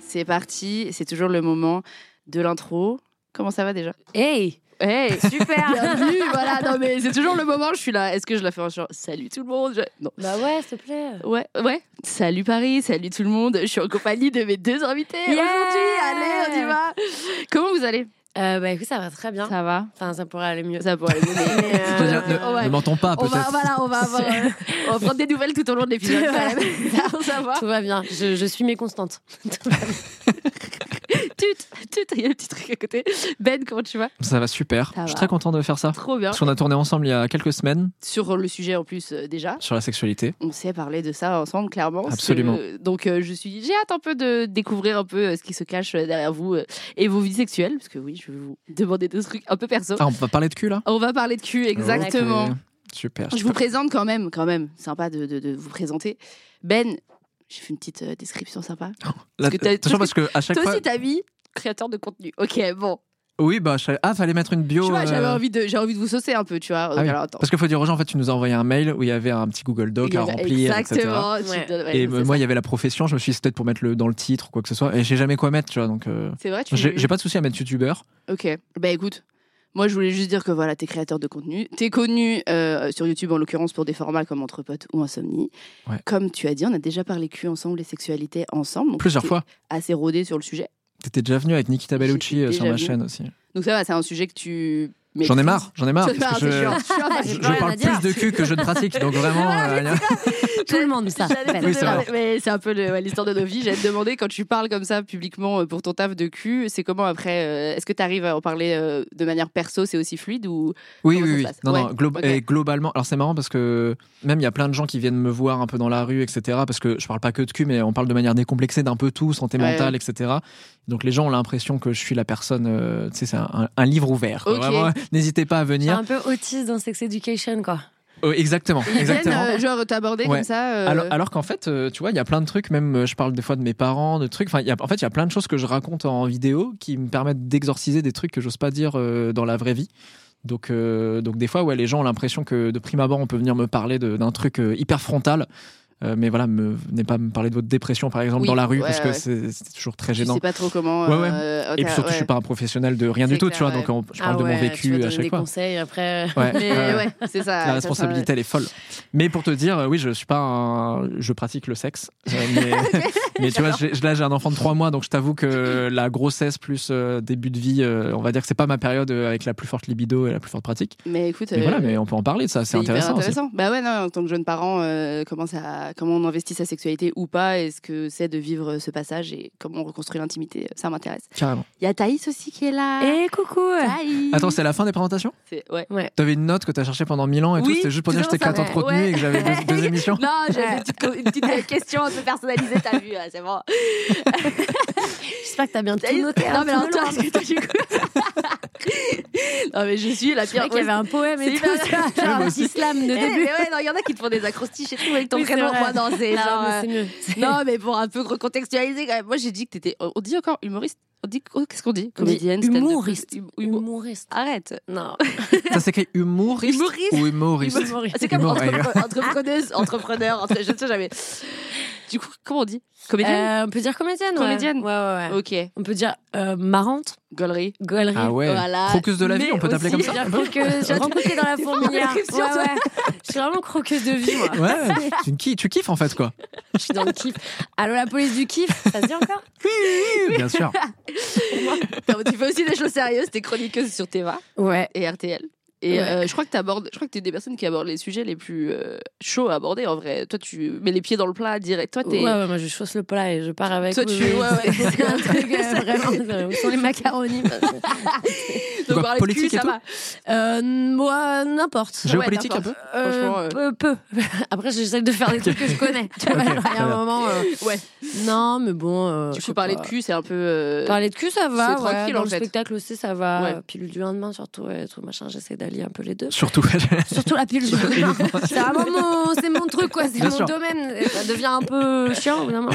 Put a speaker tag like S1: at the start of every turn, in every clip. S1: C'est parti, c'est toujours le moment de l'intro. Comment ça va déjà
S2: Hey
S1: Hey
S2: Super
S1: Bienvenue, voilà, non mais c'est toujours le moment, je suis là. Est-ce que je la fais en genre Salut tout le monde je- Non.
S2: Bah ouais, s'il te plaît
S1: Ouais, ouais. Salut Paris, salut tout le monde. Je suis en compagnie de mes deux invités
S2: Yeah
S1: aujourd'hui. Allez, on y va. Comment vous allez
S2: euh, Bah écoute, ça va très bien.
S1: Ça va
S2: Enfin, ça pourrait aller mieux.
S1: Ça pourrait aller mieux. mais-
S2: Mais,
S1: Je veux
S2: euh,
S1: dire,
S3: ne
S1: on Eh, va-
S3: ne m'entends pas,
S1: On va,
S3: peut-être.
S1: Oh, bah, voilà, on va, avoir, euh, on va prendre des nouvelles tout au long de l'épisode. quand même. Pour savoir.
S2: Tout va bien. Je, je suis méconstante.
S1: Tut, tut, il y a le petit truc à côté. Ben, comment tu vas
S3: Ça va super.
S1: Ça
S3: je suis
S1: va.
S3: très content de faire ça.
S1: Trop bien.
S3: Parce qu'on a tourné ensemble il y a quelques semaines
S1: Sur le sujet en plus euh, déjà.
S3: sur la sexualité.
S1: on s'est parlé de ça ensemble, clairement. Oh, C'est-
S3: Absolument.
S1: donc, euh, je suis dit, j'ai hâte un peu de découvrir un peu euh, ce qui se cache euh, derrière vous euh, et vos vies sexuelles, parce que oui, je vais vous demander des trucs un peu perso.
S3: Ah, on va parler de cul là
S1: On va parler de cul, exactement.
S3: Ok. Super.
S1: Je vous présente quand même, quand même. Sympa de, de- de vous présenter. Ben, j'ai fait une petite euh, description sympa.
S3: Là,
S1: que t'as-
S3: attention
S1: parce
S3: parce que à chaque
S1: Toi
S3: fois.
S1: aussi, ta vie, créateur de contenu. Ok, bon.
S3: Oui, bah, je- ah, fallait mettre une bio.
S1: tu vois, j'avais
S3: euh, Ah
S1: envie de, j'ai envie de vous saucer un peu, tu vois.
S3: oui.
S1: Alors, attends.
S3: Parce qu'il faut dire aux gens, en fait, tu nous as envoyé un mail où il y avait un petit Google Doc
S1: Il y
S3: à
S1: avait-
S3: remplir, euh, etc.
S1: Exactement. tu
S2: Ouais.
S1: donnes- ouais,
S3: Et
S1: c'est
S3: euh,
S1: ça.
S3: moi, il y avait la profession. Je me suis dit, c'est peut-être pour mettre le, dans le titre ou quoi que ce soit. Et j'ai jamais quoi mettre, tu vois. Donc, euh,
S1: c'est vrai, tu
S3: j'ai j'ai pas de souci à mettre youtubeur.
S1: Ok. Bah écoute, moi je voulais juste dire que voilà, t'es créateur de contenu. T'es connu euh, sur YouTube en l'occurrence pour des formats comme Entre Potes ou Insomnie.
S3: Ouais.
S1: Comme tu as dit, on a déjà parlé cul ensemble et sexualité ensemble. donc
S3: Plusieurs
S1: t'es
S3: fois.
S1: Assez rodé sur le sujet.
S3: T'étais déjà venu avec Nikita Bellucci
S1: J'étais
S3: euh, sur
S1: déjà
S3: ma
S1: venu.
S3: chaîne aussi.
S1: Donc ça va, c'est un sujet que tu.
S3: J'en ai
S1: maîtrises.
S3: marre, j'en ai marre.
S1: J'en ai marre,
S3: parce que
S1: c'est
S3: je-
S1: chiant. c'est chiant, parce que
S2: Je
S3: je
S2: Rien à
S3: parle
S2: dire.
S3: plus de cul que je ne pratique, donc vraiment. euh,
S2: Tout le monde, ça.
S1: J'allais te
S3: Oui, c'est
S1: demander- mais c'est un peu le- ouais, l'histoire de nos vies. J'allais te demander, quand tu parles comme ça publiquement euh, pour ton taf de cul, c'est comment après euh, Est-ce que tu arrives à en parler euh, de manière perso C'est aussi fluide ou
S3: Oui,
S1: Comment
S3: oui,
S1: ça se
S3: oui.
S1: passe
S3: Non, non,
S1: Ouais,
S3: glo-
S1: ok.
S3: et globalement, alors c'est marrant parce que même il y a plein de gens qui viennent me voir un peu dans la rue, etc. Parce que je parle pas que de cul, mais on parle de manière décomplexée d'un peu tout, santé
S1: Ouais.
S3: mentale, etc. Donc les gens ont l'impression que je suis la personne, euh, tu sais, c'est un, un- un livre ouvert. quoi.
S1: Ok.
S3: Vraiment, n'hésitez pas à
S2: C'est
S3: venir.
S2: un peu autiste dans Sex Education, quoi.
S3: Euh, exactement,
S1: Ils viennent,
S3: exactement.
S1: euh, genre t'aborder
S3: Ouais.
S1: comme ça euh,
S3: Alors, alors qu'en fait, euh, tu vois, il y a plein de trucs, même euh, je parle des fois de mes parents, de trucs. Enfin, il y a- en fait, il y a plein de choses que je raconte en vidéo qui me permettent d'exorciser des trucs que j'ose pas dire euh, dans la vraie vie. Donc, euh, donc des fois, ouais, les gens ont l'impression que de prime abord, on peut venir me parler de- d'un truc euh, hyper frontal. Euh, mais voilà, me- venez pas me parler de votre dépression, par exemple,
S1: Oui,
S3: dans la rue,
S1: ouais,
S3: parce que
S1: ouais.
S3: c'est c'est toujours très
S1: Je
S3: gênant.
S1: sais pas trop comment.
S3: Ouais, ouais.
S1: euh,
S3: Et puis surtout,
S1: ouais.
S3: je suis pas un professionnel de rien du
S1: C'est
S3: tout, tu
S1: clair,
S3: vois. Donc, on- je
S2: Ah
S3: parle de mon
S2: ouais, tu vas
S3: vécu
S2: donner
S3: à chaque
S2: des
S3: fois.
S2: conseils après. euh,
S3: Ouais,
S1: Mais
S3: ouais.
S1: ouais, c'est ça.
S3: La
S1: Ah, ça,
S3: responsabilité, elle est folle. Mais pour te dire, euh, oui, je suis pas un... Je pratique le sexe. euh, Mais, mais tu vois, j'ai- là, j'ai un enfant de 3 mois, donc je t'avoue que la grossesse plus euh, début de vie, euh, on va dire que c'est pas ma période euh, avec la plus forte libido et la plus forte pratique.
S1: ça- Mais écoute,
S3: Mais
S1: euh,
S3: voilà, mais on peut en parler de ça, c'est
S1: hyper
S3: intéressant. aussi.
S1: intéressant. Bah ouais, non, en tant que jeune parent, euh, comment, ça, comment on investit sa sexualité ou pas, et ce que c'est de vivre euh, ce passage et comment on reconstruit l'intimité, euh, ça m'intéresse.
S3: Carrément.
S1: Il y a Thaïs aussi qui est là.
S2: Et Eh, coucou
S1: Thaïs
S3: Attends, c'est la fin des présentations
S1: C'est- ouais.
S3: T'avais une note que t'as cherchée pendant 1000 ans et
S1: Oui,
S3: tout, c'était juste pour dire que
S1: toujours
S3: j'étais
S1: ça,
S3: créateur de
S1: ouais.
S3: contenu et que j'avais deux, deux émissions.
S1: Non, j'avais une petite, co- une petite, euh, question un peu personnalisée, t'as vu, euh, c'est bon.
S2: J'espère que t'as bien tout
S1: Thaïs-
S2: noté. hein,
S1: non, mais alors,
S2: tout le
S1: toi,
S2: long.
S1: est-ce que t'as du coup- non, mais je suis la
S2: Je croyais
S1: pire.
S2: qu'il y avait un poème
S1: C'est
S2: et tout.
S1: hyper-
S2: tu vois, Genre un petit slam de
S1: Eh, mais
S2: début.
S1: ouais, non, il y en a qui te font des acrostiches et tout avec ton
S2: Oui, c'est
S1: prénom.
S2: vrai.
S1: Moi, non, c'est genre,
S2: Non, mais
S1: euh,
S2: c'est mieux. C'est-
S1: Non, mais pour un peu recontextualiser quand même. Moi, j'ai dit que t'étais. On dit encore humoriste. On dit oh, qu'est-ce qu'on dit
S2: On dit
S1: stand-up,
S2: humoriste.
S1: hum- humo-
S2: Humoriste.
S1: Arrête.
S2: Non.
S3: Ça s'écrit humoriste,
S1: Humoriste.
S3: ou humoriste
S2: Humoriste. Ah,
S1: C'est comme
S3: Humor-
S1: entrepre- entrepreneuse, entrepreneur, entre... je ne sais jamais. Du coup, comment on dit Comédienne.
S2: Euh, on peut dire comédienne. ouais.
S1: Comédienne.
S2: Ouais, ouais, ouais.
S1: Ok.
S2: On peut dire euh, marrante,
S1: Gaulerie.
S2: gaulerie.
S3: Ah ouais.
S1: Voilà.
S3: Croqueuse de la vie,
S1: Mais
S3: on peut t'appeler comme
S1: aussi-
S3: ça
S2: Je suis croqueuse, croquée dans la
S1: C'est pas ma
S2: fourmilière.
S1: description,
S2: Ouais,
S1: ça.
S2: ouais. Je suis vraiment croqueuse de vie, moi.
S3: Ouais, tu, ki- tu kiffes en fait quoi.
S2: Je suis dans le kiff. Allô, la police du kiff, ça se dit encore
S3: Bien sûr.
S1: Non, tu fais aussi des choses sérieuses. T'es chroniqueuse sur Teva
S2: Ouais.
S1: et RTL. Et
S2: Ouais.
S1: euh, je crois que t'abordes, je crois que t'es des personnes qui abordent les sujets les plus euh, chauds à aborder en vrai. Toi, tu mets les pieds dans le plat direct. Toi,
S2: Ouais,
S1: t'es
S2: ouais, moi je chausse le plat et je pars avec.
S1: Toi, tu- ouais, ouais.
S2: C'est un truc, euh, vraiment, euh, où sont les macaronis parce que- Donc,
S3: quoi,
S2: parler de
S3: politique
S2: cul,
S3: et
S2: ça va. Euh, moi, n'importe.
S3: Géopolitique un peu
S2: Euh,
S3: Franchement,
S2: peu, peu. Après, j'essaie de faire des trucs que je connais. Tu vois, genre,
S3: Ok,
S2: il y
S3: très
S2: a un
S3: bien.
S2: moment. euh,
S1: Ouais.
S2: Non, mais bon. euh,
S1: Du
S2: je
S1: coup,
S2: sais
S1: parler
S2: pas.
S1: de cul, c'est un peu. euh,
S2: Parler de cul, ça va.
S1: C'est
S2: ouais,
S1: tranquille,
S2: dans
S1: en
S2: le
S1: fait.
S2: spectacle aussi, ça va.
S1: Ouais.
S2: Euh, Pilule du lendemain, surtout, ouais, tout machin. J'essaie d'allier un peu les deux.
S3: Surtout.
S2: Surtout la pilule du lendemain. c'est vraiment mon, c'est mon truc, quoi. C'est
S3: Bien
S2: mon
S3: sûr.
S2: domaine. Ça devient un peu chiant, évidemment.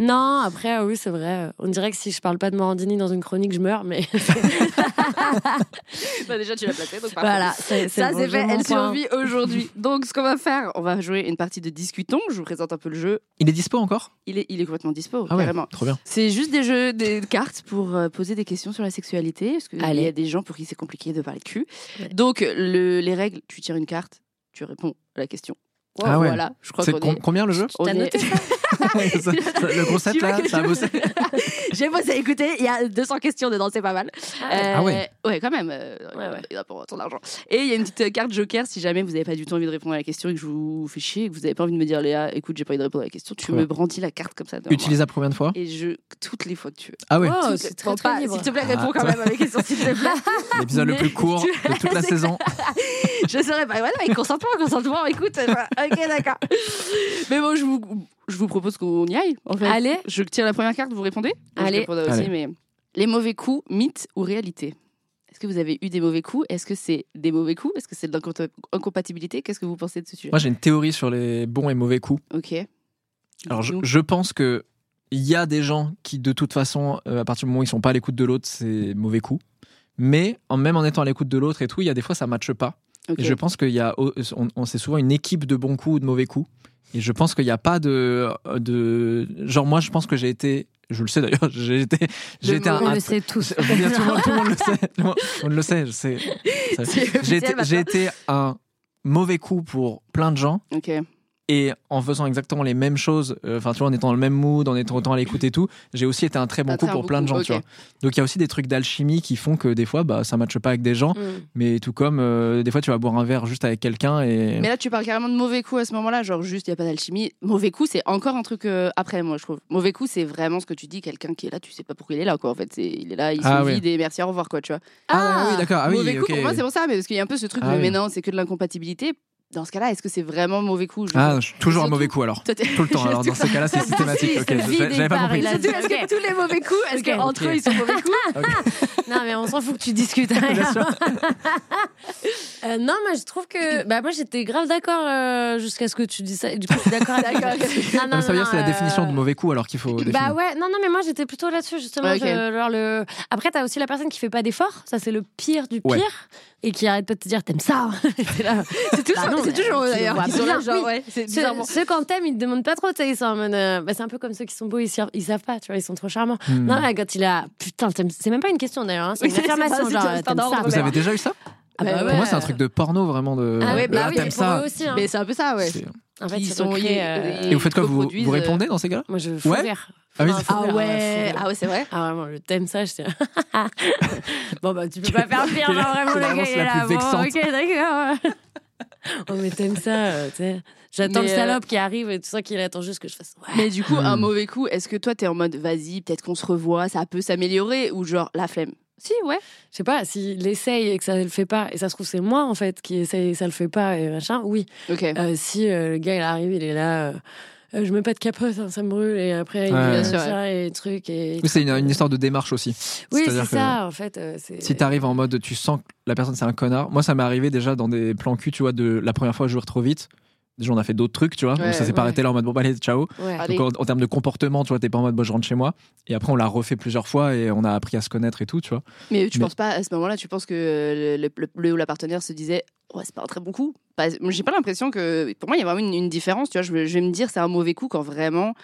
S2: Non, après, euh, oui, c'est vrai. On dirait que si je parle pas de Morandini dans une chronique, je meurs, mais
S1: Bah, déjà, tu l'as placé, donc parfait.
S2: voilà. c'est-
S1: Ça,
S2: bon,
S1: c'est
S2: j'ai
S1: fait,
S2: mon
S1: elle
S2: point.
S1: survit aujourd'hui. Donc, ce qu'on va faire, on va jouer une partie de discutons. Je vous présente un peu le jeu.
S3: Il est dispo encore
S1: Il est, il est complètement dispo,
S3: Ah ouais,
S1: carrément.
S3: trop bien.
S1: C'est juste des jeux, des cartes pour euh, poser des questions sur la sexualité. Parce qu'il
S2: Allez.
S1: y a des gens pour qui c'est compliqué de parler de cul.
S2: Ouais.
S1: Donc, le- les règles, tu tires une carte, tu réponds à la question. Oh,
S3: Ah ouais.
S1: Voilà, je crois
S3: C'est
S1: qu'on
S3: com-
S1: est-
S3: combien le jeu
S1: on
S2: T'as
S1: est-
S2: noté
S3: Ça- ça- Le concept
S1: Tu vois
S3: là,
S1: que
S3: ça a
S1: je-
S3: bossé.
S1: J'ai bossé, écoutez, il y a 200 questions dedans, c'est pas mal. Euh,
S3: Ah ouais.
S1: Ouais, quand même. euh,
S2: Ouais, ouais.
S1: il a Pour ton argent. Et il y a une petite euh, carte joker si jamais vous n'avez pas du tout envie de répondre à la question et que je vous fais chier et que vous n'avez pas envie de me dire Léa, écoute, j'ai pas envie de répondre à la question, tu
S3: Trop
S1: me
S3: bien.
S1: brandis la carte comme ça. devant moi.
S3: Utilisable combien de fois
S1: Et je, toutes les fois que tu veux.
S3: Ah ouais,
S2: Oh,
S1: Toutes-
S2: c'est
S1: faut
S2: très, très
S1: pas-
S2: libre.
S1: S'il te plaît,
S3: Ah,
S1: réponds quand
S3: toi-
S1: même à mes questions, s'il te plaît.
S3: l'épisode le plus court de toute la saison.
S1: Je serais pas. Voilà, mais consentement, consentement, écoute. euh, voilà. ok, d'accord. Mais bon, je vous, je vous propose qu'on y aille, en fait.
S2: Allez.
S1: Je tire la première carte, vous répondez Moi, je
S2: Allez.
S1: répondrai aussi,
S3: Allez.
S1: mais. Les mauvais coups, mythe ou réalité Est-ce que vous avez eu des mauvais coups Est-ce que c'est des mauvais coups Est-ce que c'est de l'incompatibilité Qu'est-ce que vous pensez de ce sujet
S3: Moi j'ai une théorie sur les bons et mauvais coups.
S1: Ok.
S3: Alors je,
S1: Dis-nous.
S3: je pense que il y a des gens qui de toute façon, euh, à partir du moment où ils sont pas à l'écoute de l'autre, c'est mauvais coup. Mais en, même en étant à l'écoute de l'autre et tout, il y a des fois ça matche pas.
S1: Ok.
S3: Et je pense qu'il y a, on, on- c'est souvent une équipe de bons coups ou de mauvais coups. Et je pense qu'il n'y a pas de, de, genre moi je pense que j'ai été, je le sais d'ailleurs, j'ai été, j'ai été
S1: Ah,
S3: un,
S2: On
S3: un-
S2: le sait tous.
S3: Bien, tout, le monde, tout le monde le sait, Tout le monde- on le sait, je sais. Ça- J'ai été,
S1: maintenant.
S3: j'ai été un mauvais coup pour plein de gens
S1: Ok.
S3: et en faisant exactement les mêmes choses, euh, enfin tu vois, en étant dans le même mood, en étant autant à l'écoute et tout, j'ai aussi été un très bon
S1: Ah, Un
S3: coup
S1: très
S3: pour
S1: bon
S3: plein de
S1: coup,
S3: gens,
S1: ok.
S3: tu vois. Donc il y a aussi des trucs d'alchimie qui font que des fois, bah ça matche pas avec des gens,
S2: Mm.
S3: mais tout comme euh, des fois tu vas boire un verre juste avec quelqu'un et
S1: Mais là, tu parles carrément de mauvais coups à ce moment-là, genre juste, il n'y a pas d'alchimie. Mauvais coup, c'est encore un truc euh, après, moi, je trouve. Mauvais coup, c'est vraiment ce que tu dis, quelqu'un qui est là, tu sais pas pourquoi il est là, quoi. En fait, c'est, il est là, il se
S3: Ah ouais.
S1: vide et merci, au revoir, quoi, tu vois.
S3: Ah, oui, d'accord. Ah, oui,
S1: mauvais coup,
S3: ok.
S1: pour moi, c'est pour ça, mais parce qu'il y a un peu ce truc,
S3: Ah
S1: mais
S3: oui.
S1: non, c'est que de l'incompatibilité. Dans ce cas-là, est-ce que c'est vraiment mauvais coup je-
S2: Euh,
S3: Ah, je- toujours un
S1: Surtout-
S3: mauvais coup alors.
S1: Toi, t'es-
S3: Tout le temps. Alors dans ce cas-là, c'est systématique.
S2: Si,
S3: Ok,
S2: c'est
S3: je-
S2: vide et
S3: j'avais
S2: il
S3: pas
S2: part,
S3: compris.
S2: il a dit,
S1: Est-ce que
S2: ok.
S1: tous les mauvais coups, est-ce
S2: Ok.
S1: qu'entre eux, ils sont mauvais coups
S2: Non, mais on s'en fout que tu discutes. hein.
S3: Bien sûr.
S2: Euh, non, moi je trouve que. Bah, moi j'étais grave d'accord euh, jusqu'à ce que tu dis ça. Et Du coup, je suis d'accord avec toi. Ah,
S3: Non, mais ça veut dire que c'est la
S2: euh,
S3: définition de mauvais coup alors qu'il faut.
S2: Bah
S3: définir.
S2: ouais, non, non, mais moi j'étais plutôt là-dessus justement.
S1: Ouais, ok.
S2: je- genre le... Après, t'as aussi la personne qui fait pas d'efforts, ça c'est le pire du pire,
S3: Ouais.
S2: et qui arrête pas de te dire t'aimes ça. hein. T'es là,
S1: C'est toujours,
S2: Bah non,
S1: c'est
S2: mais
S1: toujours
S2: tu le
S1: d'ailleurs.
S2: vois
S1: Ils sont là,
S2: bien,
S1: genre,
S2: oui.
S1: ouais, c'est
S2: ceux,
S1: bizarrement.
S2: ceux quand t'aimes, ils te demandent pas trop, tu sais, ils sont en mode. euh, bah, c'est un peu comme ceux qui sont beaux, ils, savent- ils savent pas, tu vois, ils sont trop charmants.
S3: Hmm.
S2: Non, mais quand il a. Putain, t'aimes- c'est même pas une question d'ailleurs, hein, c'est
S1: Oui,
S2: une
S1: c'est- c'est pas-
S2: affirmation,
S1: c'est
S2: genre
S1: un
S2: euh, t'aimes
S1: ordre,
S2: ça.
S1: mais-
S3: Vous avez déjà eu ça
S2: Ah bah
S1: Ouais,
S2: ouais.
S3: Pour moi, c'est un truc de porno vraiment de.
S2: Ah
S1: ouais,
S2: ouais,
S1: bah
S2: bah
S3: Ah,
S1: oui,
S3: T'aimes
S2: oui, pour
S3: ça.
S2: eux aussi. hein.
S1: Mais c'est un peu ça, ouais.
S3: C'est-
S2: En fait,
S1: Ils
S2: ils
S1: sont-
S2: sont
S1: ils-
S2: créés, euh,
S1: ils-
S3: Et vous faites quoi vous,
S1: reproduisent,
S3: vous répondez dans ces cas-là
S2: Moi, je
S3: Ouais.
S2: fous rire.
S3: Ah oui.
S2: Enfin, fous
S1: Ah
S2: rire,
S1: ouais,
S2: fous rire.
S1: ah ouais, c'est vrai.
S2: Ah vraiment, le thème ça, j'étais... bon bah tu peux pas faire pire, genre vraiment
S3: C'est
S2: le
S3: la
S2: gars
S3: réponse
S2: il
S3: la
S2: est là,
S3: plus
S2: bon
S3: vexante.
S2: ok d'accord. oh mais t'aimes ça, euh, tu sais. euh, J'attends
S1: Mais,
S2: le salope qui arrive et tout ça, qu'il attend juste que je fasse... Ouais.
S1: Mais du coup,
S3: Hmm.
S1: un mauvais coup, est-ce que toi, t'es en mode vas-y, peut-être qu'on se revoit, ça peut s'améliorer ou genre la flemme Si, ouais.
S2: Je sais pas, s'il essaye et que ça le fait pas, et ça se trouve c'est moi en fait qui essaye et ça le fait pas, et machin, oui.
S1: Ok.
S2: Euh, si euh, le gars il arrive, il est là... euh, euh, je mets pas de capote, hein, ça me brûle, et après il
S3: Ouais.
S2: me
S3: Bien
S2: dit
S1: sûr,
S2: ça et truc. Et...
S3: Oui, C'est une, une histoire de démarche aussi.
S2: Oui,
S3: C'est-à-dire
S2: c'est
S3: que
S2: ça, en fait. euh, c'est-
S3: Si t'arrives en mode tu sens que la personne c'est un connard, moi ça m'est arrivé déjà dans des plans cul, tu vois, de la première fois je jouais trop vite. Déjà on a fait d'autres trucs, tu vois.
S1: Ouais,
S3: ça s'est
S2: ouais.
S3: pas arrêté là en mode bon bah allez ciao.
S2: Ouais.
S1: Allez.
S3: Donc en, en termes de comportement, tu vois, t'es pas en mode bon je rentre chez moi. Et après on l'a refait plusieurs fois et on a appris à se connaître et tout, tu vois.
S1: Mais tu
S3: Mais-
S1: penses pas à ce moment-là, tu penses que euh, le, le- le- le ou la partenaire se disait ouais c'est pas un très bon coup. Pas- moi, J'ai pas l'impression que pour moi il y a vraiment une, une différence. Tu vois, je, vais- je vais me dire c'est un mauvais coup quand vraiment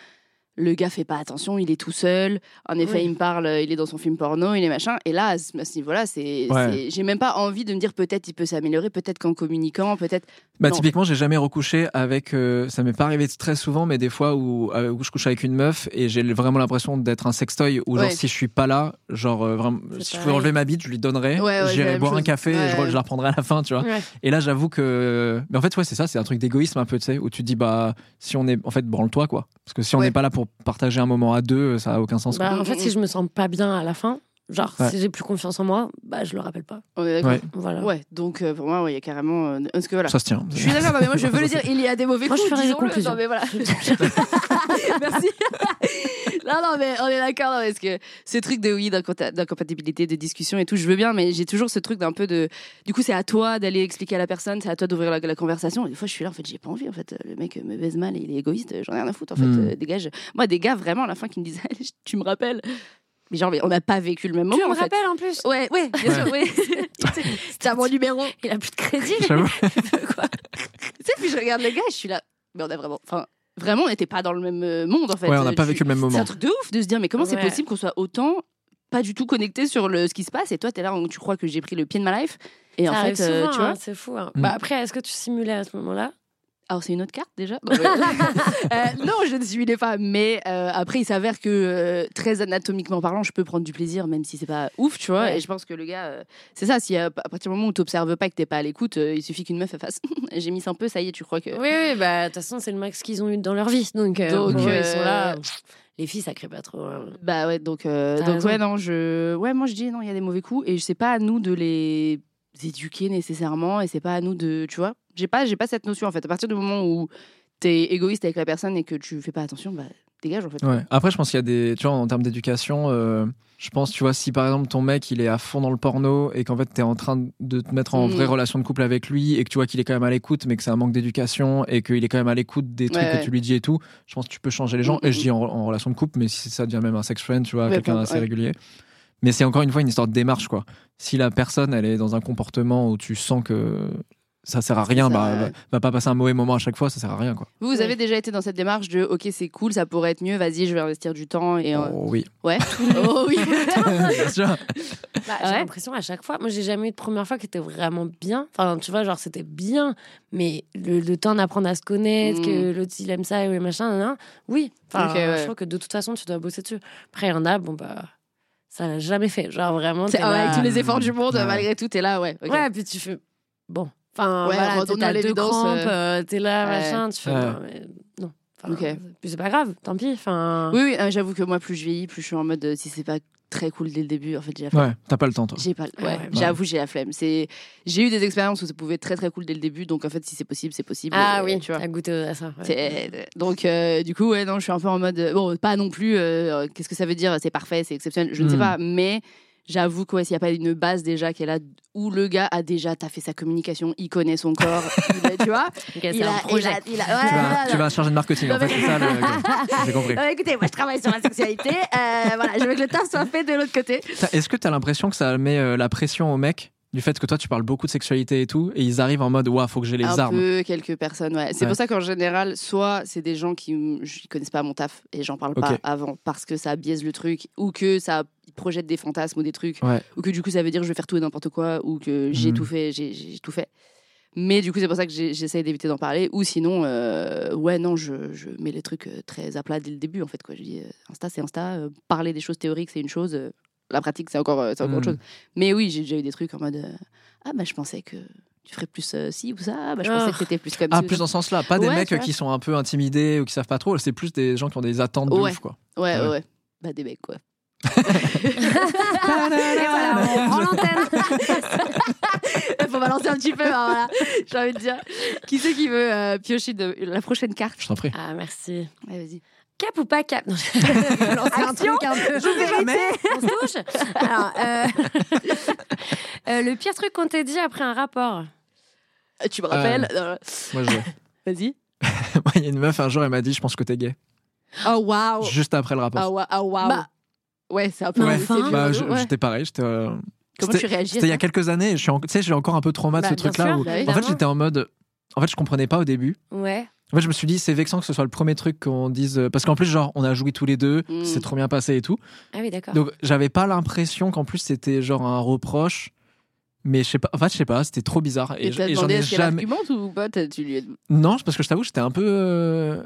S1: le gars fait pas attention, il est tout seul. En effet,
S2: Oui.
S1: il me parle, euh, il est dans son film porno, il est machin. Et là à ce, à ce niveau-là, c'est
S3: Ouais.
S1: c'est- j'ai même pas envie de me dire peut-être il peut s'améliorer, peut-être qu'en communiquant, peut-être.
S3: Bah,
S1: Non.
S3: typiquement, j'ai jamais recouché avec. euh, ça m'est pas arrivé très souvent, mais des fois où, euh, où je couche avec une meuf et j'ai vraiment l'impression d'être un sextoy. Ou genre,
S1: Ouais.
S3: si je suis pas là, genre, euh, vraiment,
S2: C'est
S3: si je pouvais
S2: pareil.
S3: enlever ma bite, je lui donnerais.
S1: Ouais, ouais, c'est la
S3: J'irais
S1: même
S3: boire un
S1: chose.
S3: café et je, re-
S1: Ouais.
S3: je la reprendrais à la fin, tu vois.
S2: Ouais.
S3: Et là, j'avoue que. Mais en fait, ouais, c'est ça, c'est un truc d'égoïsme un peu, tu sais, où tu te dis, bah, si on est. En fait, branle-toi, quoi. Parce que si on
S1: Ouais.
S3: n'est pas là pour partager un moment à deux, ça a aucun sens.
S2: Bah,
S1: quoi.
S2: en fait, si je me sens pas bien à la fin, Genre,
S3: Ouais.
S2: si j'ai plus confiance en moi, bah, je le rappelle pas.
S1: On est d'accord.
S3: Ouais.
S2: Voilà.
S1: euh, Ouais. donc euh, pour moi, ouais, il y a carrément. euh, parce que voilà.
S3: Ça se tient.
S1: Je suis d'accord, non, mais moi je veux le dire, il y a des mauvais
S2: Moi, je
S1: coups.
S2: ferai les
S1: disons-le.
S2: conclusions.
S1: Non, mais voilà. Merci. non, non, mais on est d'accord, non, parce que ce truc de oui, d'incompa- d'incompatibilité, de discussion et tout, je veux bien, mais j'ai toujours ce truc d'un peu de. Du coup, c'est à toi d'aller expliquer à la personne, c'est à toi d'ouvrir la, la conversation. Et des fois, je suis là, en fait, j'ai pas envie, en fait. Le mec me baise mal, et il est égoïste, j'en ai rien à foutre, en fait.
S3: Hmm.
S1: euh, dégage. Moi, des gars vraiment à la fin qui me disent, tu me rappelles. Mais genre, mais on n'a pas vécu le même moment.
S2: Tu me
S1: en fait.
S2: rappelles Oh, en plus
S1: Ouais, ouais, bien sûr, ouais. T'as mon numéro.
S2: Il a plus de crédit.
S3: J'avoue.
S1: Tu sais, puis je regarde le gars, je suis là. Mais on a vraiment. Enfin, vraiment, on n'était pas dans le même euh, monde, en fait.
S3: Ouais, on n'a
S1: Euh,
S3: pas
S1: tu-
S3: vécu le même
S1: C'est
S3: moment.
S1: un truc de ouf de se dire, mais comment c'est
S2: Ouais.
S1: possible qu'on soit autant pas du tout connecté sur le, ce qui se passe Et toi, t'es là, tu crois que j'ai pris le pied de ma life Et
S2: Ça
S1: en
S2: arrive
S1: fait, euh,
S2: souvent,
S1: tu vois.
S2: hein, c'est fou. hein.
S3: Mm.
S2: Bah, après, est-ce que tu simulais à ce moment-là
S1: Alors, c'est une autre carte déjà Non, mais- Euh, non, je ne simulais pas. Mais euh, après, il s'avère que euh, très anatomiquement parlant, je peux prendre du plaisir, même si c'est pas ouf, tu vois.
S2: Ouais.
S1: Et je pense que le gars, euh, c'est ça. Si euh, à partir du moment où t'observes pas et que t'es pas à l'écoute, euh, il suffit qu'une meuf elle fasse. j'ai mis ça un peu, ça y est, tu crois que.
S2: Oui, oui, bah, de toute façon, c'est le max qu'ils ont eu dans leur vie. Donc, euh,
S1: Donc,
S2: bon, ils
S1: euh,
S2: sont là. Les filles, ça crée pas trop. hein.
S1: Bah ouais, donc, euh,
S2: T'as
S1: donc
S2: raison.
S1: ouais, non, je... ouais, moi je dis non, il y a des mauvais coups et c'est pas à nous de les éduquer nécessairement et c'est pas à nous de, tu vois, j'ai pas, j'ai pas cette notion en fait. À partir du moment où t'es égoïste avec la personne et que tu fais pas attention, bah dégage en fait.
S3: Ouais. Après, je pense qu'il y a des. Tu vois, en termes d'éducation, euh, je pense, tu vois, si par exemple ton mec il est à fond dans le porno et qu'en fait t'es en train de te mettre en
S1: Mm.
S3: vraie relation de couple avec lui et que tu vois qu'il est quand même à l'écoute, mais que c'est un manque d'éducation et qu'il est quand même à l'écoute des trucs
S1: Ouais, ouais.
S3: que tu lui dis et tout, je pense que tu peux changer les gens.
S1: Mm,
S3: Et je dis en, en relation de couple, mais si ça devient même un sex friend, tu vois,
S1: Ouais,
S3: quelqu'un
S1: bon,
S3: assez
S1: ouais.
S3: régulier. Mais c'est encore une fois une histoire de démarche, quoi. Si la personne elle est dans un comportement où tu sens que ça sert à rien,
S1: sert
S3: bah,
S1: à-
S3: va- va pas passer un mauvais moment à chaque fois, ça sert à rien, quoi.
S1: Vous, vous avez déjà été dans cette démarche de ok, c'est cool, ça pourrait être mieux, vas-y, je vais investir du temps et. euh,
S3: Oh, oui.
S1: Ouais. oh oui.
S3: Bien sûr.
S2: Bah, j'ai
S1: Ah Ouais.
S2: l'impression à chaque fois. Moi, j'ai jamais eu de première fois qui était vraiment bien. Enfin, tu vois, genre, c'était bien, mais le, le temps d'apprendre à se connaître,
S1: Mm.
S2: que l'autre, il aime ça, et machin, nan, nan, oui. Enfin,
S1: Ok, ouais.
S2: je trouve que de toute façon, tu dois bosser dessus. Après, il y en a, bon, bah, ça l'a jamais fait. Genre, vraiment.
S1: C'est-
S2: t'es
S1: ah ouais,
S2: là-
S1: avec tous les efforts du monde,
S3: Ouais.
S1: malgré tout, t'es là, ouais. ok.
S2: Ouais, puis tu fais. Bon. Enfin,
S1: Ouais,
S2: voilà,
S1: retourner
S2: t'es-
S1: à
S2: t'as deux
S1: l'évidence,
S2: crampes,
S1: euh,
S2: euh, t'es là,
S1: ouais.
S2: machin, tu fais.
S3: Ouais.
S2: Non. mais non. Enfin,
S1: Ok.
S2: Puis c'est pas grave, tant pis. Enfin.
S1: Oui, oui, euh, j'avoue que moi, plus je vieillis, plus je suis en mode euh, si c'est pas très cool dès le début, en fait, j'ai la flemme.
S3: Ouais, t'as pas le temps, toi.
S1: J'ai pas. le-
S2: Ah
S1: Ouais,
S2: ouais.
S1: j'avoue, j'ai la flemme. C'est, j'ai eu des expériences où ça pouvait être très très cool dès le début, donc en fait, si c'est possible, c'est possible.
S2: Ah
S1: Euh,
S2: oui,
S1: tu vois.
S2: t'as goûté à ça. ouais.
S1: C'est- Donc euh, du coup, ouais, non, je suis un peu en mode euh, bon, pas non plus. euh, Qu'est-ce que ça veut dire C'est parfait, c'est exceptionnel. Je ne sais
S3: Hmm.
S1: pas, mais j'avoue que ouais, s'il n'y a pas une base déjà qui est là où le gars a déjà taffé sa communication, il connaît son corps, il est- tu vois.
S2: Ok, c'est
S1: il
S2: un
S1: a-
S2: projet.
S1: il a- il a- ouais,
S3: tu, vas,
S1: voilà.
S3: tu vas changer de marketing, en fait, c'est ça le- ok, J'ai compris.
S1: Euh, écoutez, moi je travaille sur la sexualité. euh, voilà, je veux que le taf soit fait de l'autre côté.
S3: T'as- Est-ce que t'as l'impression que ça met euh, la pression aux mecs du fait que toi tu parles beaucoup de sexualité et tout, et ils arrivent en mode ouah, faut que j'ai les
S1: un
S3: armes
S1: peu quelques personnes ouais. c'est
S3: Ouais.
S1: pour ça qu'en général soit c'est des gens qui m- je connaissent pas mon taf et j'en parle pas
S3: Ok.
S1: avant parce que ça biaise le truc ou que ça projette des fantasmes ou des trucs
S3: Ouais.
S1: ou que du coup ça veut dire je vais faire tout et n'importe quoi ou que j'ai
S3: Mhm.
S1: tout fait j'ai- j'ai j'ai tout fait mais du coup c'est pour ça que j'ai- j'essaye d'éviter d'en parler ou sinon euh, ouais non je, je mets les trucs euh, très à plat dès le début en fait quoi je dis euh, insta c'est insta euh, parler des choses théoriques c'est une chose euh, la pratique c'est encore euh, c'est encore autre
S3: Mhm.
S1: chose mais oui j'ai déjà eu des trucs en mode euh, ah bah je pensais que tu ferais plus euh, ci ou ça Ah, bah, je pensais
S2: Ah.
S1: que t'étais plus comme
S3: Ah,
S1: ci ou
S3: plus
S1: ça.
S3: dans ce sens-là, pas des
S1: Ouais, tu
S3: mecs
S1: vois.
S3: qui sont un peu intimidés ou qui savent pas trop, c'est plus des gens qui ont des attentes de
S1: Ouais.
S3: ouf quoi.
S1: ouais,
S3: Ah Ouais.
S1: ouais ouais bah des mecs quoi
S2: Et voilà, on prend l'antenne.
S1: faut balancer un petit peu hein, voilà j'ai envie de dire qui c'est qui veut euh, piocher de la prochaine carte
S3: Je t'en prie.
S2: Ah, merci.
S1: ouais, vas-y
S2: Cap ou pas cap Non, je vais lancer un
S4: Action.
S2: truc un peu. On se touche Alors, euh, euh, le pire truc qu'on t'ait dit après un rapport.
S1: Euh, tu me rappelles Euh,
S3: Moi, je-
S1: vas-y
S3: Moi, il y a une meuf un jour, elle m'a dit, je pense que t'es gay,
S1: oh waouh
S3: juste après le rapport.
S1: ah wa- ah, waouh
S2: Bah.
S1: ouais c'est un peu
S3: Ouais.
S1: c'est
S2: Enfin.
S1: violent,
S3: Bah, je-
S1: ouais.
S3: j'étais pareil, j'étais. euh,
S1: comment
S3: c'était-
S1: tu réagis à
S3: C'était il y a
S1: ça
S3: quelques années, et je suis en- tu sais, j'ai encore un peu trauma de
S2: Bah,
S3: ce
S2: bien
S3: truc-là.
S2: sûr,
S3: où-
S2: bah
S1: En
S3: En fait,
S2: évidemment.
S3: j'étais en mode. En fait, je comprenais pas au début.
S2: Ouais.
S3: En fait, je me suis dit, c'est vexant que ce soit le premier truc qu'on dise. euh, Parce qu'en plus, genre, on a joué tous les deux,
S1: Mm.
S3: c'est trop bien passé et tout.
S2: Ah oui, d'accord.
S3: Donc j'avais pas l'impression qu'en plus c'était genre un reproche, mais je sais pas. En fait, je sais pas, c'était trop bizarre et,
S1: et
S3: je-
S1: t'as
S3: et j'en
S1: demandé
S3: ai
S1: est-ce qu'elle
S3: jamais.
S1: argumente ou pas T'as- tu lui as...
S3: Non, parce que je t'avoue, j'étais un peu. euh,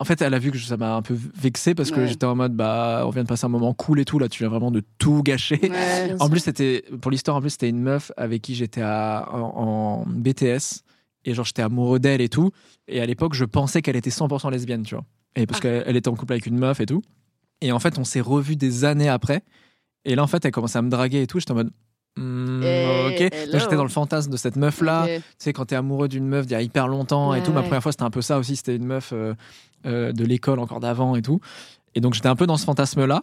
S3: En fait, elle a vu que ça m'a un peu vexé parce que
S1: Ouais.
S3: j'étais en mode bah on vient de passer un moment cool et tout là, tu viens vraiment de tout gâcher.
S1: Ouais.
S2: Bien
S3: euh, En
S2: sûr.
S3: plus, c'était pour l'histoire. En plus, c'était une meuf avec qui j'étais à- en, en BTS et genre j'étais amoureux d'elle et tout. Et à l'époque, je pensais qu'elle était 100% lesbienne,
S2: Ah.
S3: tu vois. Et parce qu'elle elle était en couple avec une meuf et tout. Et en fait, on s'est revus des années après. Et là, en fait, elle commençait à me draguer et tout. J'étais en mode. hmm,
S1: Eh,
S3: ok.
S1: hello.
S3: Donc, J'étais dans le fantasme de cette meuf-là.
S1: Ok.
S3: Tu sais, quand t'es amoureux d'une meuf d'il y a hyper longtemps et
S1: Ouais,
S3: tout. Ma
S1: ouais.
S3: première fois, c'était un peu ça aussi. C'était une meuf euh, euh, de l'école encore d'avant et tout. Et donc, j'étais un peu dans ce fantasme-là.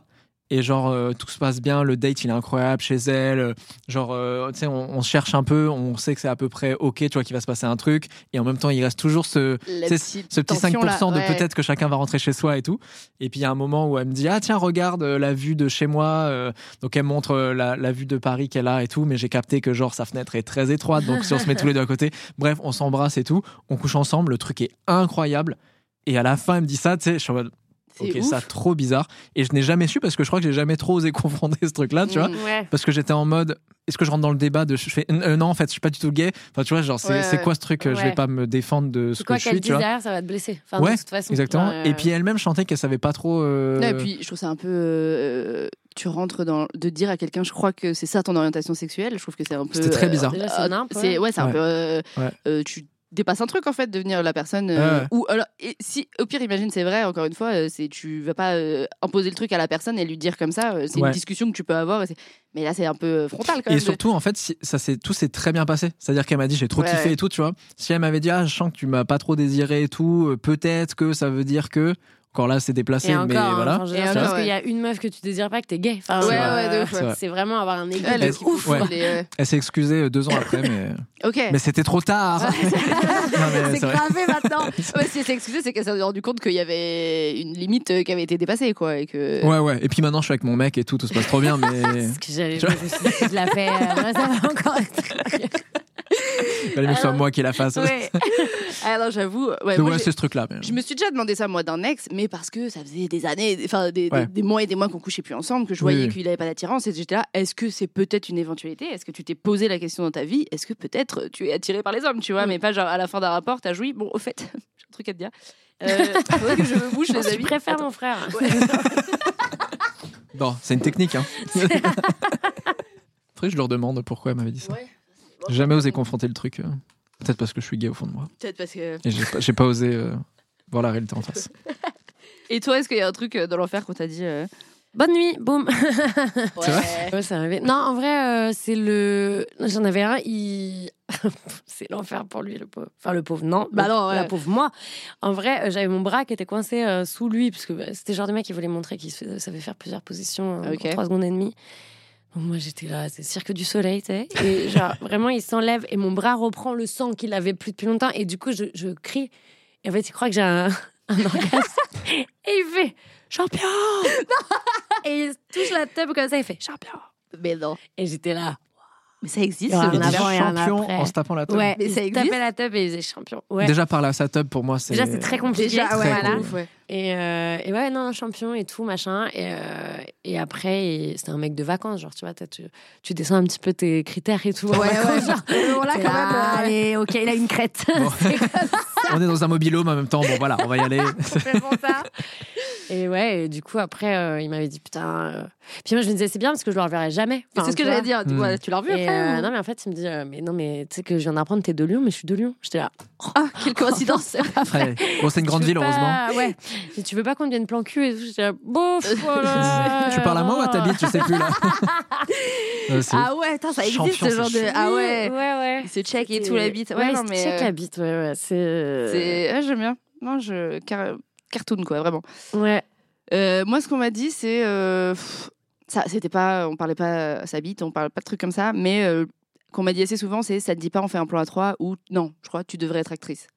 S3: Et genre, euh, tout se passe bien. Le date, il est incroyable chez elle. Euh, Genre, euh, tu sais, on, on se cherche un peu. On sait que c'est à peu près OK, tu vois, qu'il va se passer un truc. Et en même temps, il reste toujours ce,
S1: La
S3: tu sais,
S1: petite
S3: ce petit
S1: tension,
S3: 5%
S1: là,
S3: de
S1: ouais.
S3: peut-être que chacun va rentrer chez soi et tout. Et puis il y a un moment où elle me dit Ah, tiens, regarde euh, la vue de chez moi. euh, donc elle montre euh, la, la vue de Paris qu'elle a et tout. Mais j'ai capté que genre sa fenêtre est très étroite. Donc si on se met tous les deux à côté, bref, on s'embrasse et tout. On couche ensemble. Le truc est incroyable. Et à la fin, elle me dit ça, tu sais, je suis en mode
S1: C'est
S3: Ok,
S1: ouf.
S3: ça, trop bizarre. Et je n'ai jamais su parce que je crois que j'ai jamais trop osé confronter ce truc-là, tu vois.
S1: Mm.
S2: Ouais.
S3: Parce que j'étais en mode, est-ce que je rentre dans le débat de je fais euh, non en fait je suis pas du tout gay. Enfin tu vois genre c'est
S1: Ouais,
S3: c'est
S1: ouais.
S3: quoi ce truc euh, je
S2: Ouais.
S3: vais pas me défendre de ce
S2: Quoi
S3: que je
S2: qu'elle
S3: suis
S2: dise
S3: tu vois.
S2: derrière, ça va te blesser. Enfin,
S3: Ouais,
S2: de toute façon. euh,
S3: Exactement.
S2: Ouais,
S3: Et
S2: ouais,
S3: puis
S2: ouais.
S3: elle-même chantait qu'elle savait pas trop. euh,
S1: Non, et puis, je trouve ça un peu. euh, tu rentres dans. De dire à quelqu'un, je crois que c'est ça ton orientation sexuelle, je trouve que c'est un peu.
S3: C'était très
S1: euh,
S3: bizarre.
S2: Déjà,
S1: Ah,
S2: c'est nimp.
S1: C'est ouais, c'est un
S3: Ouais.
S1: peu. euh,
S3: Ouais.
S1: euh, tu dépasses un truc en fait, devenir la personne. euh,
S3: Ouais.
S1: Ou alors, et si au pire, imagine, c'est vrai. Encore une fois, euh, c'est tu vas pas euh, imposer le truc à la personne et lui dire comme ça. euh, c'est
S3: Ouais.
S1: une discussion que tu peux avoir. et c'est- Mais là, c'est un peu euh, frontal quand
S3: Et
S1: même. de-
S3: surtout, en fait, si- ça s'est- tout s'est très bien passé. C'est-à-dire qu'elle m'a dit j'ai trop
S1: Ouais,
S3: kiffé
S1: ouais.
S3: et tout, tu vois. Si elle m'avait dit ah, je sens que tu m'as pas trop désiré et tout, euh, peut-être que ça veut dire que. Encore là, c'est déplacé,
S2: Et encore,
S3: mais
S2: hein,
S3: voilà.
S2: enfin, je veux
S1: Et
S2: dire, c'est
S1: encore,
S2: parce qu'il y a une meuf que tu désires pas que t'es gay. Enfin,
S1: Ouais,
S2: c'est,
S1: ouais, de
S2: euh,
S1: ouf, ouais.
S3: Ah, C'est vrai.
S2: C'est vraiment avoir un ego.
S1: Ouais, le
S2: de
S1: petit
S2: ouf.
S1: coup, il est, euh,
S3: Elle s'est excusée euh, deux ans après, mais,
S1: Ok.
S3: mais c'était trop tard. Non, mais Ah, c'est vrai.
S1: gravé maintenant. ouais, si elle s'est excusée, c'est qu'elle s'est rendue compte qu'il y avait une limite euh, qui avait été dépassée, quoi, et que.
S3: Ouais, ouais. Et puis maintenant, je suis avec mon mec et tout, tout se passe trop bien, mais.
S2: Ce que j'allais je
S3: Hein Tu vois
S2: me suis dit, je la fais, euh, ça va encore être.
S3: Fallait mieux que ce soit
S1: Alors-
S3: moi qui la fasse.
S1: Ouais. Alors Ah, j'avoue, ouais,
S3: Donc,
S1: moi,
S3: ouais,
S1: j'ai-
S3: c'est ce truc-là. mais-
S1: Je me suis déjà demandé ça, moi, d'un ex, mais parce que ça faisait des années, enfin des, des-
S3: Ouais.
S1: des mois et des mois qu'on couchait plus ensemble, que je
S3: Oui,
S1: voyais
S3: oui.
S1: qu'il n'avait pas d'attirance, et j'étais là, est-ce que c'est peut-être une éventualité Est-ce que tu t'es posé la question dans ta vie Est-ce que peut-être tu es attiré par les hommes, tu vois
S2: Mm.
S1: Mais pas genre à la fin d'un rapport, t'as joui, bon, au fait, j'ai un truc à te dire. Euh, faudrait que je me bouge, les
S2: Je
S1: amis.
S2: préfère
S1: Attends.
S2: mon frère.
S3: Non, c'est une technique. Hein. Après, je leur demande pourquoi elle m'avait dit ça.
S1: Ouais.
S3: J'ai Jamais osé confronter le truc. euh, Peut-être parce que je suis gay au fond de moi.
S1: Peut-être parce que.
S3: Et j'ai pas, j'ai pas osé euh, voir la réalité en face.
S1: Et toi, est-ce qu'il y a un truc euh, dans l'enfer qu'on t'a dit euh,
S2: Bonne nuit, boum.
S3: C'est
S2: Ouais, c'est arrivé. Non, en vrai, euh, c'est le. J'en avais un, il. c'est l'enfer pour lui, le pauvre. Enfin, le pauvre, non.
S1: Bah
S2: le-
S1: non, ouais.
S2: La pauvre, moi. En vrai, euh, j'avais mon bras qui était coincé euh, sous lui, parce que bah, c'était le genre de mec qui voulait montrer qu'il se- savait faire plusieurs positions euh,
S1: Ah, Ok.
S2: en trois secondes et demie. Donc, moi, j'étais là, c'est le cirque du soleil, tu sais. Et genre, vraiment, il s'enlève et mon bras reprend le sang qu'il avait plus depuis longtemps. Et du coup, je, je crie. Et en fait, il croit que j'ai un, un orgasme. et il fait Champion Et il se touche la table comme ça, il fait Champion
S1: Mais non.
S2: et j'étais là.
S1: Mais ça existe.
S2: Il y a
S1: ce
S2: un
S1: délire.
S3: déjà
S2: avant et un
S3: champion
S2: après.
S3: en se tapant la tête.
S2: Ouais,
S1: Mais
S2: il
S1: ça
S2: se
S1: existe
S2: tapait la teub et il faisait champion. Ouais.
S3: Déjà par là, sa tub pour moi, c'est.
S2: Déjà, c'est très compliqué.
S1: Déjà, ouais,
S3: Très
S2: voilà.
S3: cool.
S1: ouf, ouais.
S2: Et, euh, et ouais, non, champion et tout, machin. Et, euh, et après, il- c'était un mec de vacances. Genre, tu vois, t'as- tu, tu descends un petit peu tes critères et tout.
S1: Ouais, ouais.
S2: là,
S1: quand même, euh,
S2: Allez, ok, il a une crête.
S3: Bon. On est dans un mobilhome en même temps. Bon, voilà, on va y aller.
S2: et ouais, et du coup, après, euh, il m'avait dit putain. euh. Puis moi, je me disais, c'est bien parce que je le reverrai jamais.
S1: Mais
S2: Enfin,
S1: c'est ce
S2: tu
S1: que j'allais
S2: vois.
S1: dire.
S3: Mm.
S1: Ouais, tu l'as revu
S2: Et,
S1: après hein.
S2: euh,
S1: ou-
S2: non, mais en fait, il me dit, euh, mais non, mais tu sais que je viens d'apprendre, t'es de Lyon, mais je suis de Lyon. J'étais là,
S1: Ah, quelle coïncidence
S3: Ouais. Bon, c'est une grande
S2: Tu
S3: ville,
S2: veux
S3: heureusement.
S2: pas- Ouais. Et tu veux pas qu'on devienne plan cul et tout J'étais là, bof
S1: euh,
S3: Tu parles à moi ou à ta bite Je sais plus là. Euh, c'est ouf.
S1: Ah ouais, attends, ça existe
S3: Champion,
S1: ce genre
S3: c'est
S1: de. Ah ouais,
S2: Ouais, ouais.
S1: ce check et tout, la bite. Ouais, non, mais.
S2: Check
S1: euh,
S2: la bite, ouais, ouais. C'est.
S1: c'est- ouais, j'aime bien. Non, je. car- Cartoon, quoi, vraiment.
S2: Ouais.
S1: Euh, moi, ce qu'on m'a dit, c'est. euh, pff, Ça, c'était pas. On parlait pas à sa bite, on parlait pas de trucs comme ça, mais. euh, Qu'on m'a dit assez souvent, c'est ça te dit pas, on fait un plan à trois ou non, je crois, tu devrais être actrice.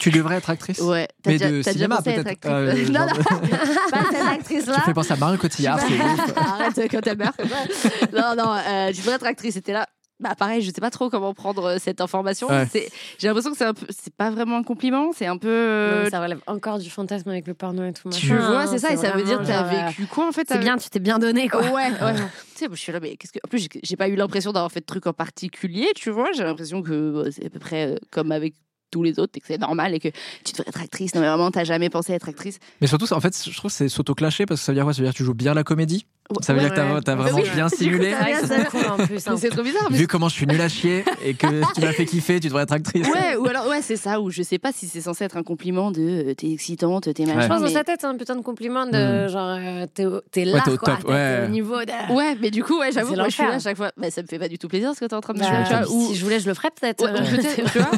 S3: Tu devrais être actrice.
S1: Ouais, t'as
S3: Mais
S1: déjà,
S3: de
S1: t'as déjà
S3: cinéma
S1: pensé à être
S3: peut-être.
S1: actrice.
S3: Euh,
S1: non,
S3: genre-
S1: non, Bah. pas cette
S3: Tu
S1: actrice-là.
S3: fais penser à Marion Cotillard. c'est ouf.
S1: Arrête euh, quand elle meurt. non, non, euh, tu devrais être actrice. C'était là. Bah pareil, je sais pas trop comment prendre euh, cette information.
S3: Ouais.
S1: C'est- J'ai l'impression que c'est un peu, c'est pas vraiment un compliment, c'est un peu. euh,
S2: Ça relève encore du fantasme avec le porno et tout.
S3: Tu
S1: tu
S2: machin,
S1: vois,
S2: hein,
S1: Ah, c'est ça, et ça veut dire
S2: vraiment
S1: que t'as
S2: genre, euh,
S1: vécu quoi en fait
S2: C'est
S1: avec-
S2: bien, tu t'es bien donné, quoi.
S1: Ouais, ouais. tu sais, moi, je suis là, mais qu'est-ce que. En plus, j'ai- j'ai pas eu l'impression d'avoir fait de trucs en particulier, tu vois. J'ai l'impression que euh, c'est à peu près euh, comme avec tous les autres, et que c'est normal, et que tu devrais être actrice. Non, mais vraiment, t'as jamais pensé à être actrice.
S3: Mais surtout, ça, en fait, je trouve que c'est s'auto-clasher parce que ça veut dire quoi Ça veut dire que tu joues bien la comédie. Ça veut
S1: Ouais,
S3: dire que t'as-
S1: ouais.
S3: t'as
S1: Bah
S3: vraiment
S1: oui.
S3: bien simulé.
S1: t'as
S2: Ah,
S1: bien
S2: ça
S1: ça.
S2: me court en plus. hein.
S1: Mais C'est trop bizarre. Mais
S3: Vu comment je suis nul à chier et que ce qui m'a fait kiffer, tu devrais être actrice.
S1: Ouais, ou alors, ouais, c'est ça, ou je sais pas si c'est censé être un compliment de euh, t'es excitante, t'es machin.
S2: Je pense
S1: mais- Hmm.
S2: dans sa tête, c'est un putain de compliment de genre, euh, t'es au- t'es là,
S3: t'es au
S2: quoi,
S3: top,
S2: t'es-
S3: ouais.
S2: t'es au niveau de.
S1: Ouais, mais du coup, ouais, j'avoue,
S2: C'est
S1: moi je suis là à
S2: l'enfer.
S1: chaque fois. Mais ça me fait pas du tout plaisir ce que t'es en train de
S2: Bah,
S1: faire. tu vois,
S3: m'étonnes.
S1: ou-
S2: si je voulais, je le ferais peut-être.
S1: Ouais,
S2: euh,
S1: peut-être, tu vois.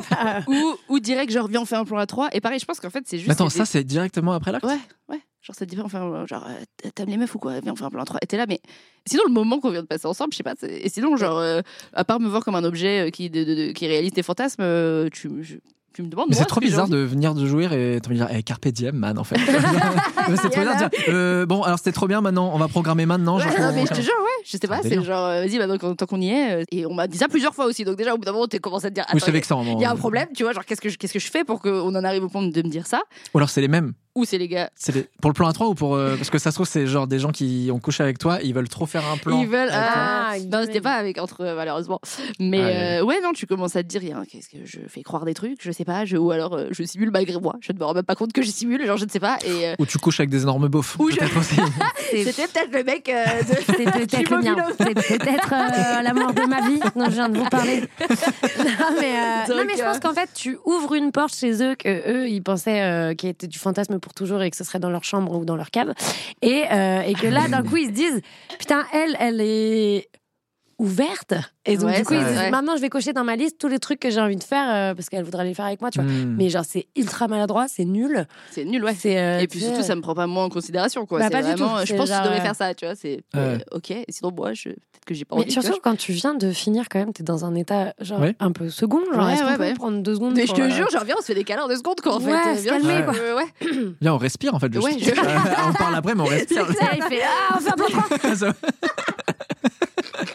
S1: ou, ou direct, genre, viens, on fait un plan à trois. Et pareil, je pense qu'en fait, c'est juste.
S3: Mais Attends,
S1: des-
S3: ça c'est directement après l'acte
S1: Ouais, ouais. Genre, ça te dit, viens, on fait un. Genre, euh, t'aimes les meufs ou quoi Viens, on fait un plan à trois. Et t'es là, mais. Sinon, le moment qu'on vient de passer ensemble, je sais pas. c'est- Et sinon, genre, euh, à part me voir comme un objet euh, qui, de- de- de- qui réalise tes fantasmes, euh, tu, je- tu me demandes.
S3: Mais
S1: moi,
S3: c'est
S1: ce
S3: trop
S1: que j'ai
S3: bizarre
S1: envie.
S3: de venir de jouer et de me dire eh, Carpe diem, man, en fait. Mais c'est trop bizarre de dire euh, Bon, alors c'était trop bien, maintenant, on va programmer maintenant. genre,
S1: Ouais,
S3: on-
S1: non, Ah, mais je te jure, ouais, je sais pas,
S3: un
S1: c'est
S3: délire.
S1: genre, euh, vas-y, maintenant, qu'on- tant qu'on y est. euh, Et on m'a dit ça plusieurs fois aussi, donc déjà, au bout d'un moment, t'es commencé à te dire,
S3: Ou
S1: attends,
S3: c'est vexant.
S1: il y a un problème, tu vois, genre, qu'est-ce que je, qu'est-ce que je fais pour qu'on en arrive au point de me dire ça
S3: Ou alors c'est les mêmes.
S1: Ou c'est les gars,
S3: C'est les- Pour le plan à 3 ou pour. euh, Parce que ça se trouve, c'est genre des gens qui ont couché avec toi, ils veulent trop faire un plan.
S1: Ils veulent.
S3: avec toi.
S1: Ah,
S2: Ah,
S1: non, c'était
S2: oui.
S1: pas avec entre eux, malheureusement. Mais
S3: Ah, ouais.
S1: euh, ouais, non, tu commences à te dire, il y a un- qu'est-ce que je fais croire des trucs, je sais pas, je, ou alors euh, je simule malgré moi. Je ne me rends même pas compte que je simule, genre je ne sais pas. Et euh,
S3: Ou tu couches avec des énormes beaufs.
S1: Ou je-
S3: peut-être aussi.
S2: c'est-
S1: c'était peut-être le mec euh, de-
S2: C'est peut-être le mien.
S1: mobile.
S2: C'est peut-être euh, l'amour de ma vie dont je viens de vous parler. Non, mais, euh,
S1: Donc,
S2: non, mais je pense
S1: euh,
S2: qu'en fait, tu ouvres une porte chez eux que eux, ils pensaient euh, qu'il était du fantasme pour toujours et que ce serait dans leur chambre ou dans leur cave. Et, euh, et que là, d'un coup, ils se disent Putain, elle, elle est ouverte. Et donc,
S1: Ouais,
S2: du coup, ils
S3: c'est
S2: se disent
S1: vrai.
S2: Maintenant, je vais cocher dans ma liste tous les trucs que j'ai envie de faire euh, parce qu'elle voudrait les faire avec moi, tu vois.
S3: Hmm.
S2: Mais genre, c'est ultra maladroit, c'est nul.
S1: C'est nul, Mm. ouais.
S2: C'est, euh,
S1: Et puis
S2: tu sais,
S1: surtout, ça me prend pas moins en considération, quoi.
S2: Bah,
S1: c'est
S2: pas du tout,
S1: vraiment, euh, je
S2: c'est
S1: pense que
S2: genre,
S1: tu devrais
S2: euh,
S1: faire ça, tu vois. C'est euh, ok. Et sinon, moi, je... peut-être que j'ai pas envie.
S2: Mais
S1: tu vois,
S2: surtout quand tu viens de finir quand même, t'es dans un état genre
S3: Ouais.
S2: un peu second, genre
S1: Ouais,
S2: est-ce qu'on
S1: ouais,
S2: peut
S1: ouais.
S2: prendre deux secondes
S1: je- Mais je
S2: pour,
S1: te
S2: euh,
S1: jure, genre, viens, on se fait des câlins en deux secondes, quoi. En
S2: Ouais,
S1: fait,
S2: se
S1: Viens,
S2: calmer,
S1: je-
S2: quoi.
S1: euh, ouais.
S3: Viens, on respire en fait. Juste.
S1: Ouais, je-
S3: on parle après, mais on respire.
S2: Tu sais, il fait ah enfin bon
S1: Donc,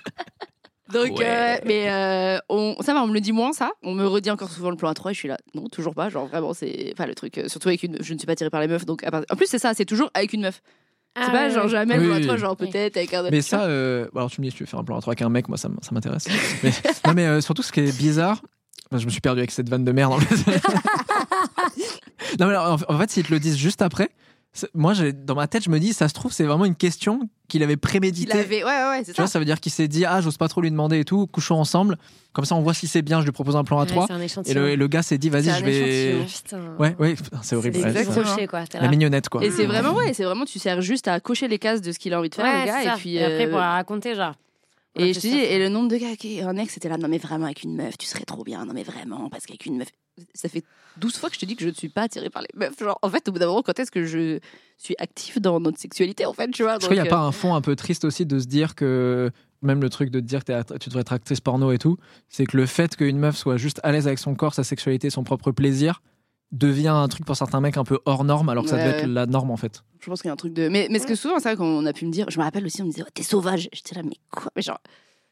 S3: Ouais.
S1: euh, mais euh, on, ça va, on me le dit moins, ça. On me redit encore souvent le plan A3 et je suis là, non, toujours pas. Genre, vraiment, c'est. Enfin, le truc, euh, surtout avec une. Je ne suis pas tirée par les meufs, donc. à part- En plus, c'est ça, c'est toujours avec une meuf.
S2: Ah
S1: c'est pas genre jamais
S3: Oui,
S1: plan
S3: oui,
S1: A3,
S3: oui.
S1: genre
S2: Oui.
S1: peut-être avec un autre.
S3: Mais ça, euh, alors tu me dis, si tu veux faire un plan à 3 avec un mec, moi ça m- ça m'intéresse. Mais- non, mais euh, surtout ce qui est bizarre, Enfin, je me suis perdu avec cette vanne de merde. En fait, non, mais alors, en en fait s'ils te le disent juste après, c'est- moi j'ai- dans ma tête, je me dis, ça se trouve, c'est vraiment une question qu'il avait
S1: Il
S3: préméditée.
S1: avait. Ouais, ouais, ouais, c'est
S3: Tu vois,
S1: ça.
S3: ça veut dire qu'il s'est dit, ah, j'ose pas trop lui demander et tout, couchons ensemble. Comme ça, on voit si c'est bien, je lui propose un plan à 3. et le, et le gars s'est dit, vas-y,
S1: C'est
S3: je
S1: un
S2: Ah,
S3: vais. Ouais, ouais, putain, c'est horrible. Ouais,
S1: exactement.
S3: c'est la mignonnette, quoi.
S1: Et c'est vraiment, ouais, c'est vraiment, tu sers juste à cocher les cases de ce qu'il a envie de faire, le gars. Et puis.
S2: après
S1: euh,
S2: pour la raconter genre.
S1: Et je te dis, et le nombre de gars qui. Un ex était là, non mais vraiment, avec une meuf, tu serais trop bien, non mais vraiment, parce qu'avec une meuf. Ça fait 12 fois que je te dis que je ne suis pas attirée par les meufs. Genre, en fait, au bout d'un moment, quand est-ce que je suis active dans notre sexualité, en fait, tu vois
S3: Est-ce
S1: donc,
S3: qu'il n'y a
S1: euh,
S3: pas un fond un peu triste aussi de se dire que même le truc de te dire que t'es att- tu devrais être actrice porno et tout, c'est que le fait qu'une meuf soit juste à l'aise avec son corps, sa sexualité, son propre plaisir devient un truc pour certains mecs un peu hors norme alors que ça
S1: Ouais,
S3: devait être
S1: ouais.
S3: la norme en fait.
S1: euh, Je pense qu'il y a un truc de. Mais, mais ce que souvent, c'est vrai qu'on a pu me dire, je me rappelle aussi, on me disait, Ouais, t'es sauvage. J'étais là, mais quoi Mais genre,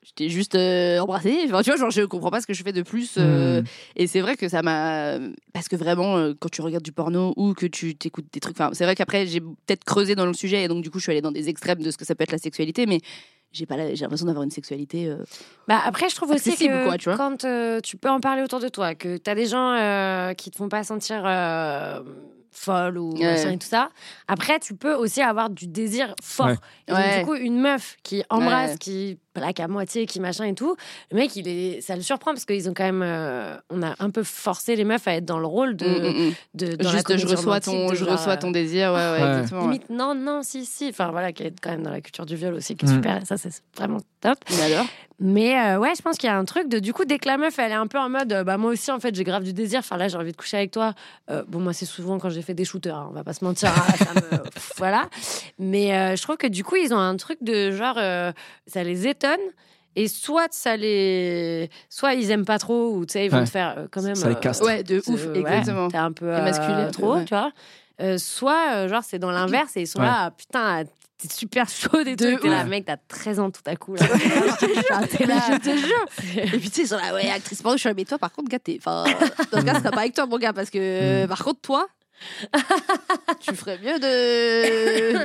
S1: j'étais juste euh, embrassée. Enfin, tu vois, genre, je comprends pas ce que je fais de plus. euh,
S3: Hmm.
S1: Et c'est vrai que ça m'a. Parce que vraiment, euh, quand tu regardes du porno ou que tu t'écoutes des trucs. Enfin, c'est vrai qu'après, j'ai peut-être creusé dans le sujet et donc, du coup, je suis allée dans des extrêmes de ce que ça peut être la sexualité, mais j'ai pas la- j'ai l'impression d'avoir une sexualité. euh,
S2: Bah après, je trouve aussi
S1: Accessible,
S2: que
S1: quoi, tu vois.
S2: quand euh, tu peux en parler autour de toi, que tu as des gens euh, qui te font pas sentir euh, folle ou
S1: Ouais.
S2: machin et tout ça, après, tu peux aussi avoir du désir fort.
S3: Ouais.
S2: Et donc,
S1: Ouais.
S2: du coup, une meuf qui embrasse,
S1: Ouais.
S2: qui plaque à moitié, qui machin et tout, le mec, il est... ça le surprend parce qu'ils ont quand même. euh, On a un peu forcé les meufs à être dans le rôle de.
S1: mm, mm, mm.
S2: de dans la
S1: Juste, je
S2: comédie
S1: reçois, ton,
S2: romantique, de
S1: je
S2: genre,
S1: reçois ton désir. Ouais, ouais,
S3: Ouais.
S2: euh,
S1: exactement. ouais.
S2: Limite, non, non, si, si. Enfin, voilà, qui est quand même dans la culture du viol aussi, qui est
S3: Mm.
S2: super. Ça, c'est vraiment top.
S1: Mais alors
S2: Mais euh, ouais, je pense qu'il y a un truc de du coup, dès que la meuf elle est un peu en mode euh, bah moi aussi en fait j'ai grave du désir, enfin là j'ai envie de coucher avec toi. Euh, bon, moi c'est souvent quand j'ai fait des shooters, hein, on va pas se mentir, hein, ça me- pff, voilà. Mais euh, je trouve que du coup, ils ont un truc de genre euh, ça les étonne. Et soit ça les, soit ils aiment pas trop ou tu sais ils vont
S3: Ouais.
S2: te faire euh, quand même.
S3: Ça les casse.
S1: Ouais, de
S2: c'est-
S1: ouf,
S2: ouais,
S1: exactement.
S2: T'es un peu
S1: Et masculin,
S2: euh, trop,
S1: ouais.
S2: tu vois. Euh, soit euh, genre c'est dans l'inverse et ils sont
S3: Ouais.
S2: là ah, putain t'es super chaud et
S1: De
S2: tout. T'es là
S3: ouf.
S2: mec t'as 13 ans tout à coup là. Genre, t'es là.
S1: Je te jure. Et puis tu sais, ils sont là, ouais, actrice porno, je suis là, mais toi, par contre, gars, t'es. Enfin, dans ce cas, ce sera pas avec toi, mon gars, parce que euh, par contre, toi, tu ferais mieux de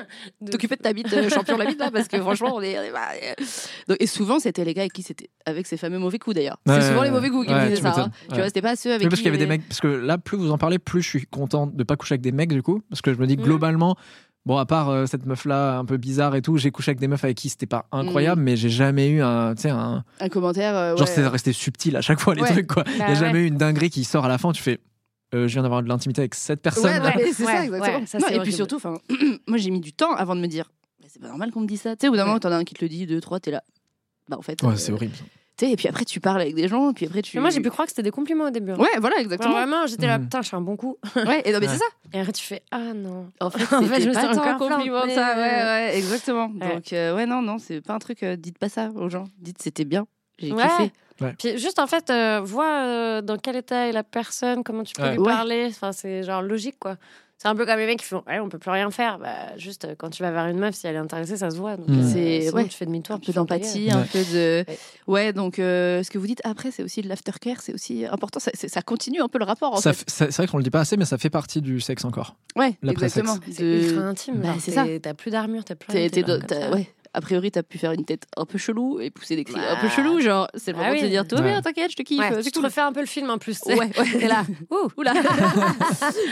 S2: De-
S1: t'occuper de ta bite, de champion de la bite, là, parce que franchement, on est. on est pas- euh. Donc, et souvent, c'était les gars avec qui c'était. Avec ces fameux mauvais coups, d'ailleurs.
S3: Ouais,
S1: C'est souvent
S3: ouais,
S1: les mauvais coups qui me
S3: ouais,
S1: disaient
S3: tu
S1: ça.
S3: m'étonnes.
S1: hein. Tu
S3: Ouais.
S1: vois, c'était pas ceux avec.
S3: Oui, parce
S1: qui euh,
S3: qu'il y avait
S1: on
S3: des
S1: est- Mm.
S3: mecs, parce que là, plus vous en parlez, plus je suis content de pas coucher avec des mecs du coup, parce que je me dis que globalement, Bon, à part euh, cette meuf-là, un peu bizarre et tout, j'ai couché avec des meufs avec qui c'était pas
S1: Mm.
S3: incroyable, mais j'ai jamais eu un. Tu sais, un.
S1: Un commentaire. euh,
S3: Genre,
S1: ouais.
S3: c'est resté subtil à chaque fois, les
S1: Ouais.
S3: trucs, quoi. Il y a
S2: ouais.
S3: jamais eu une dinguerie qui sort à la fin, tu fais. euh, je viens d'avoir de l'intimité avec cette personne.
S1: Ouais, non,
S2: Ouais,
S1: mais Ah bah c'est
S2: ouais,
S1: ça, exactement.
S2: ouais, ça,
S1: Non, et
S2: c'est
S1: puis
S2: horrible.
S1: surtout, enfin, moi j'ai mis du temps avant de me dire, mais c'est pas normal qu'on me dise ça. Tu sais, au bout d'un moment, t'en as un qui te le dit, deux, trois, t'es là. Bah en fait.
S3: Ouais,
S1: euh,
S3: c'est horrible.
S1: tu sais, et puis après, tu parles avec des gens, puis après, tu.
S2: Mais moi, j'ai pu croire que c'était des compliments au début. hein.
S1: Ouais, voilà,
S2: Genre,
S1: exactement.
S2: vraiment, j'étais là,
S3: Mm.
S2: putain, je suis un bon coup.
S1: Ouais, et non, mais
S3: Ouais.
S1: c'est ça.
S2: Et après, tu fais, ah non.
S1: En fait,
S2: En fait,
S1: c'était
S2: je me
S1: pas
S2: suis
S1: tant un
S2: encore
S1: compliment que
S2: plantée.
S1: ça. Ouais, ouais, exactement.
S2: euh, Ouais.
S1: Donc, euh, ouais, non, non, c'est pas un truc. euh, dites pas ça aux gens. Dites c'était bien. J'ai
S2: Ouais.
S1: kiffé.
S3: Ouais.
S2: Puis juste, en fait, euh, vois euh, dans quel état est la personne, comment tu peux
S3: Ouais.
S2: lui
S1: Ouais.
S2: parler. Enfin, c'est genre logique, quoi. C'est un peu comme les mecs qui font, ouais, on peut plus rien faire. Bah, juste, euh, quand tu vas vers une meuf, si elle est intéressée, ça se voit. Donc,
S3: Mm.
S2: euh,
S1: C'est-
S2: sinon,
S1: ouais.
S2: tu fais demi-tour.
S1: un
S2: tu
S1: peu
S2: fais ta gueule.
S1: d'empathie, un
S3: Ouais.
S1: peu de.
S2: Ouais.
S1: Ouais, donc euh, ce que vous dites après, c'est aussi de l'aftercare, c'est aussi important. Ça, c'est- ça continue un peu le rapport. En
S3: Ça
S1: fait.
S3: fait- C'est c'est vrai qu'on le dit pas assez, mais ça fait partie du sexe encore.
S1: Ouais,
S3: l'après-sexe.
S1: exactement.
S2: C'est
S1: De-
S2: ultra intime.
S1: Bah,
S2: genre,
S1: c'est ça.
S2: t'es- T'as plus d'armure, t'as plus
S1: t'es-
S2: rien.
S1: t'es
S2: t'es
S1: dans-
S2: genre
S1: t'as-
S2: comme ça.
S1: ouais. A priori, t'as pu faire une tête un peu chelou et pousser des cris
S2: Bah,
S1: un peu chelou. Genre, c'est le
S2: bah
S1: moment de
S2: oui.
S1: se dire, tout va
S3: Ouais.
S1: bien, t'inquiète, je te kiffe. euh,
S2: Ouais,
S1: c'est
S2: tu te
S1: cool.
S2: refais un peu le film en plus. tu sais.
S1: Ouais, ouais,
S2: T'es là. Ouh.
S1: Oula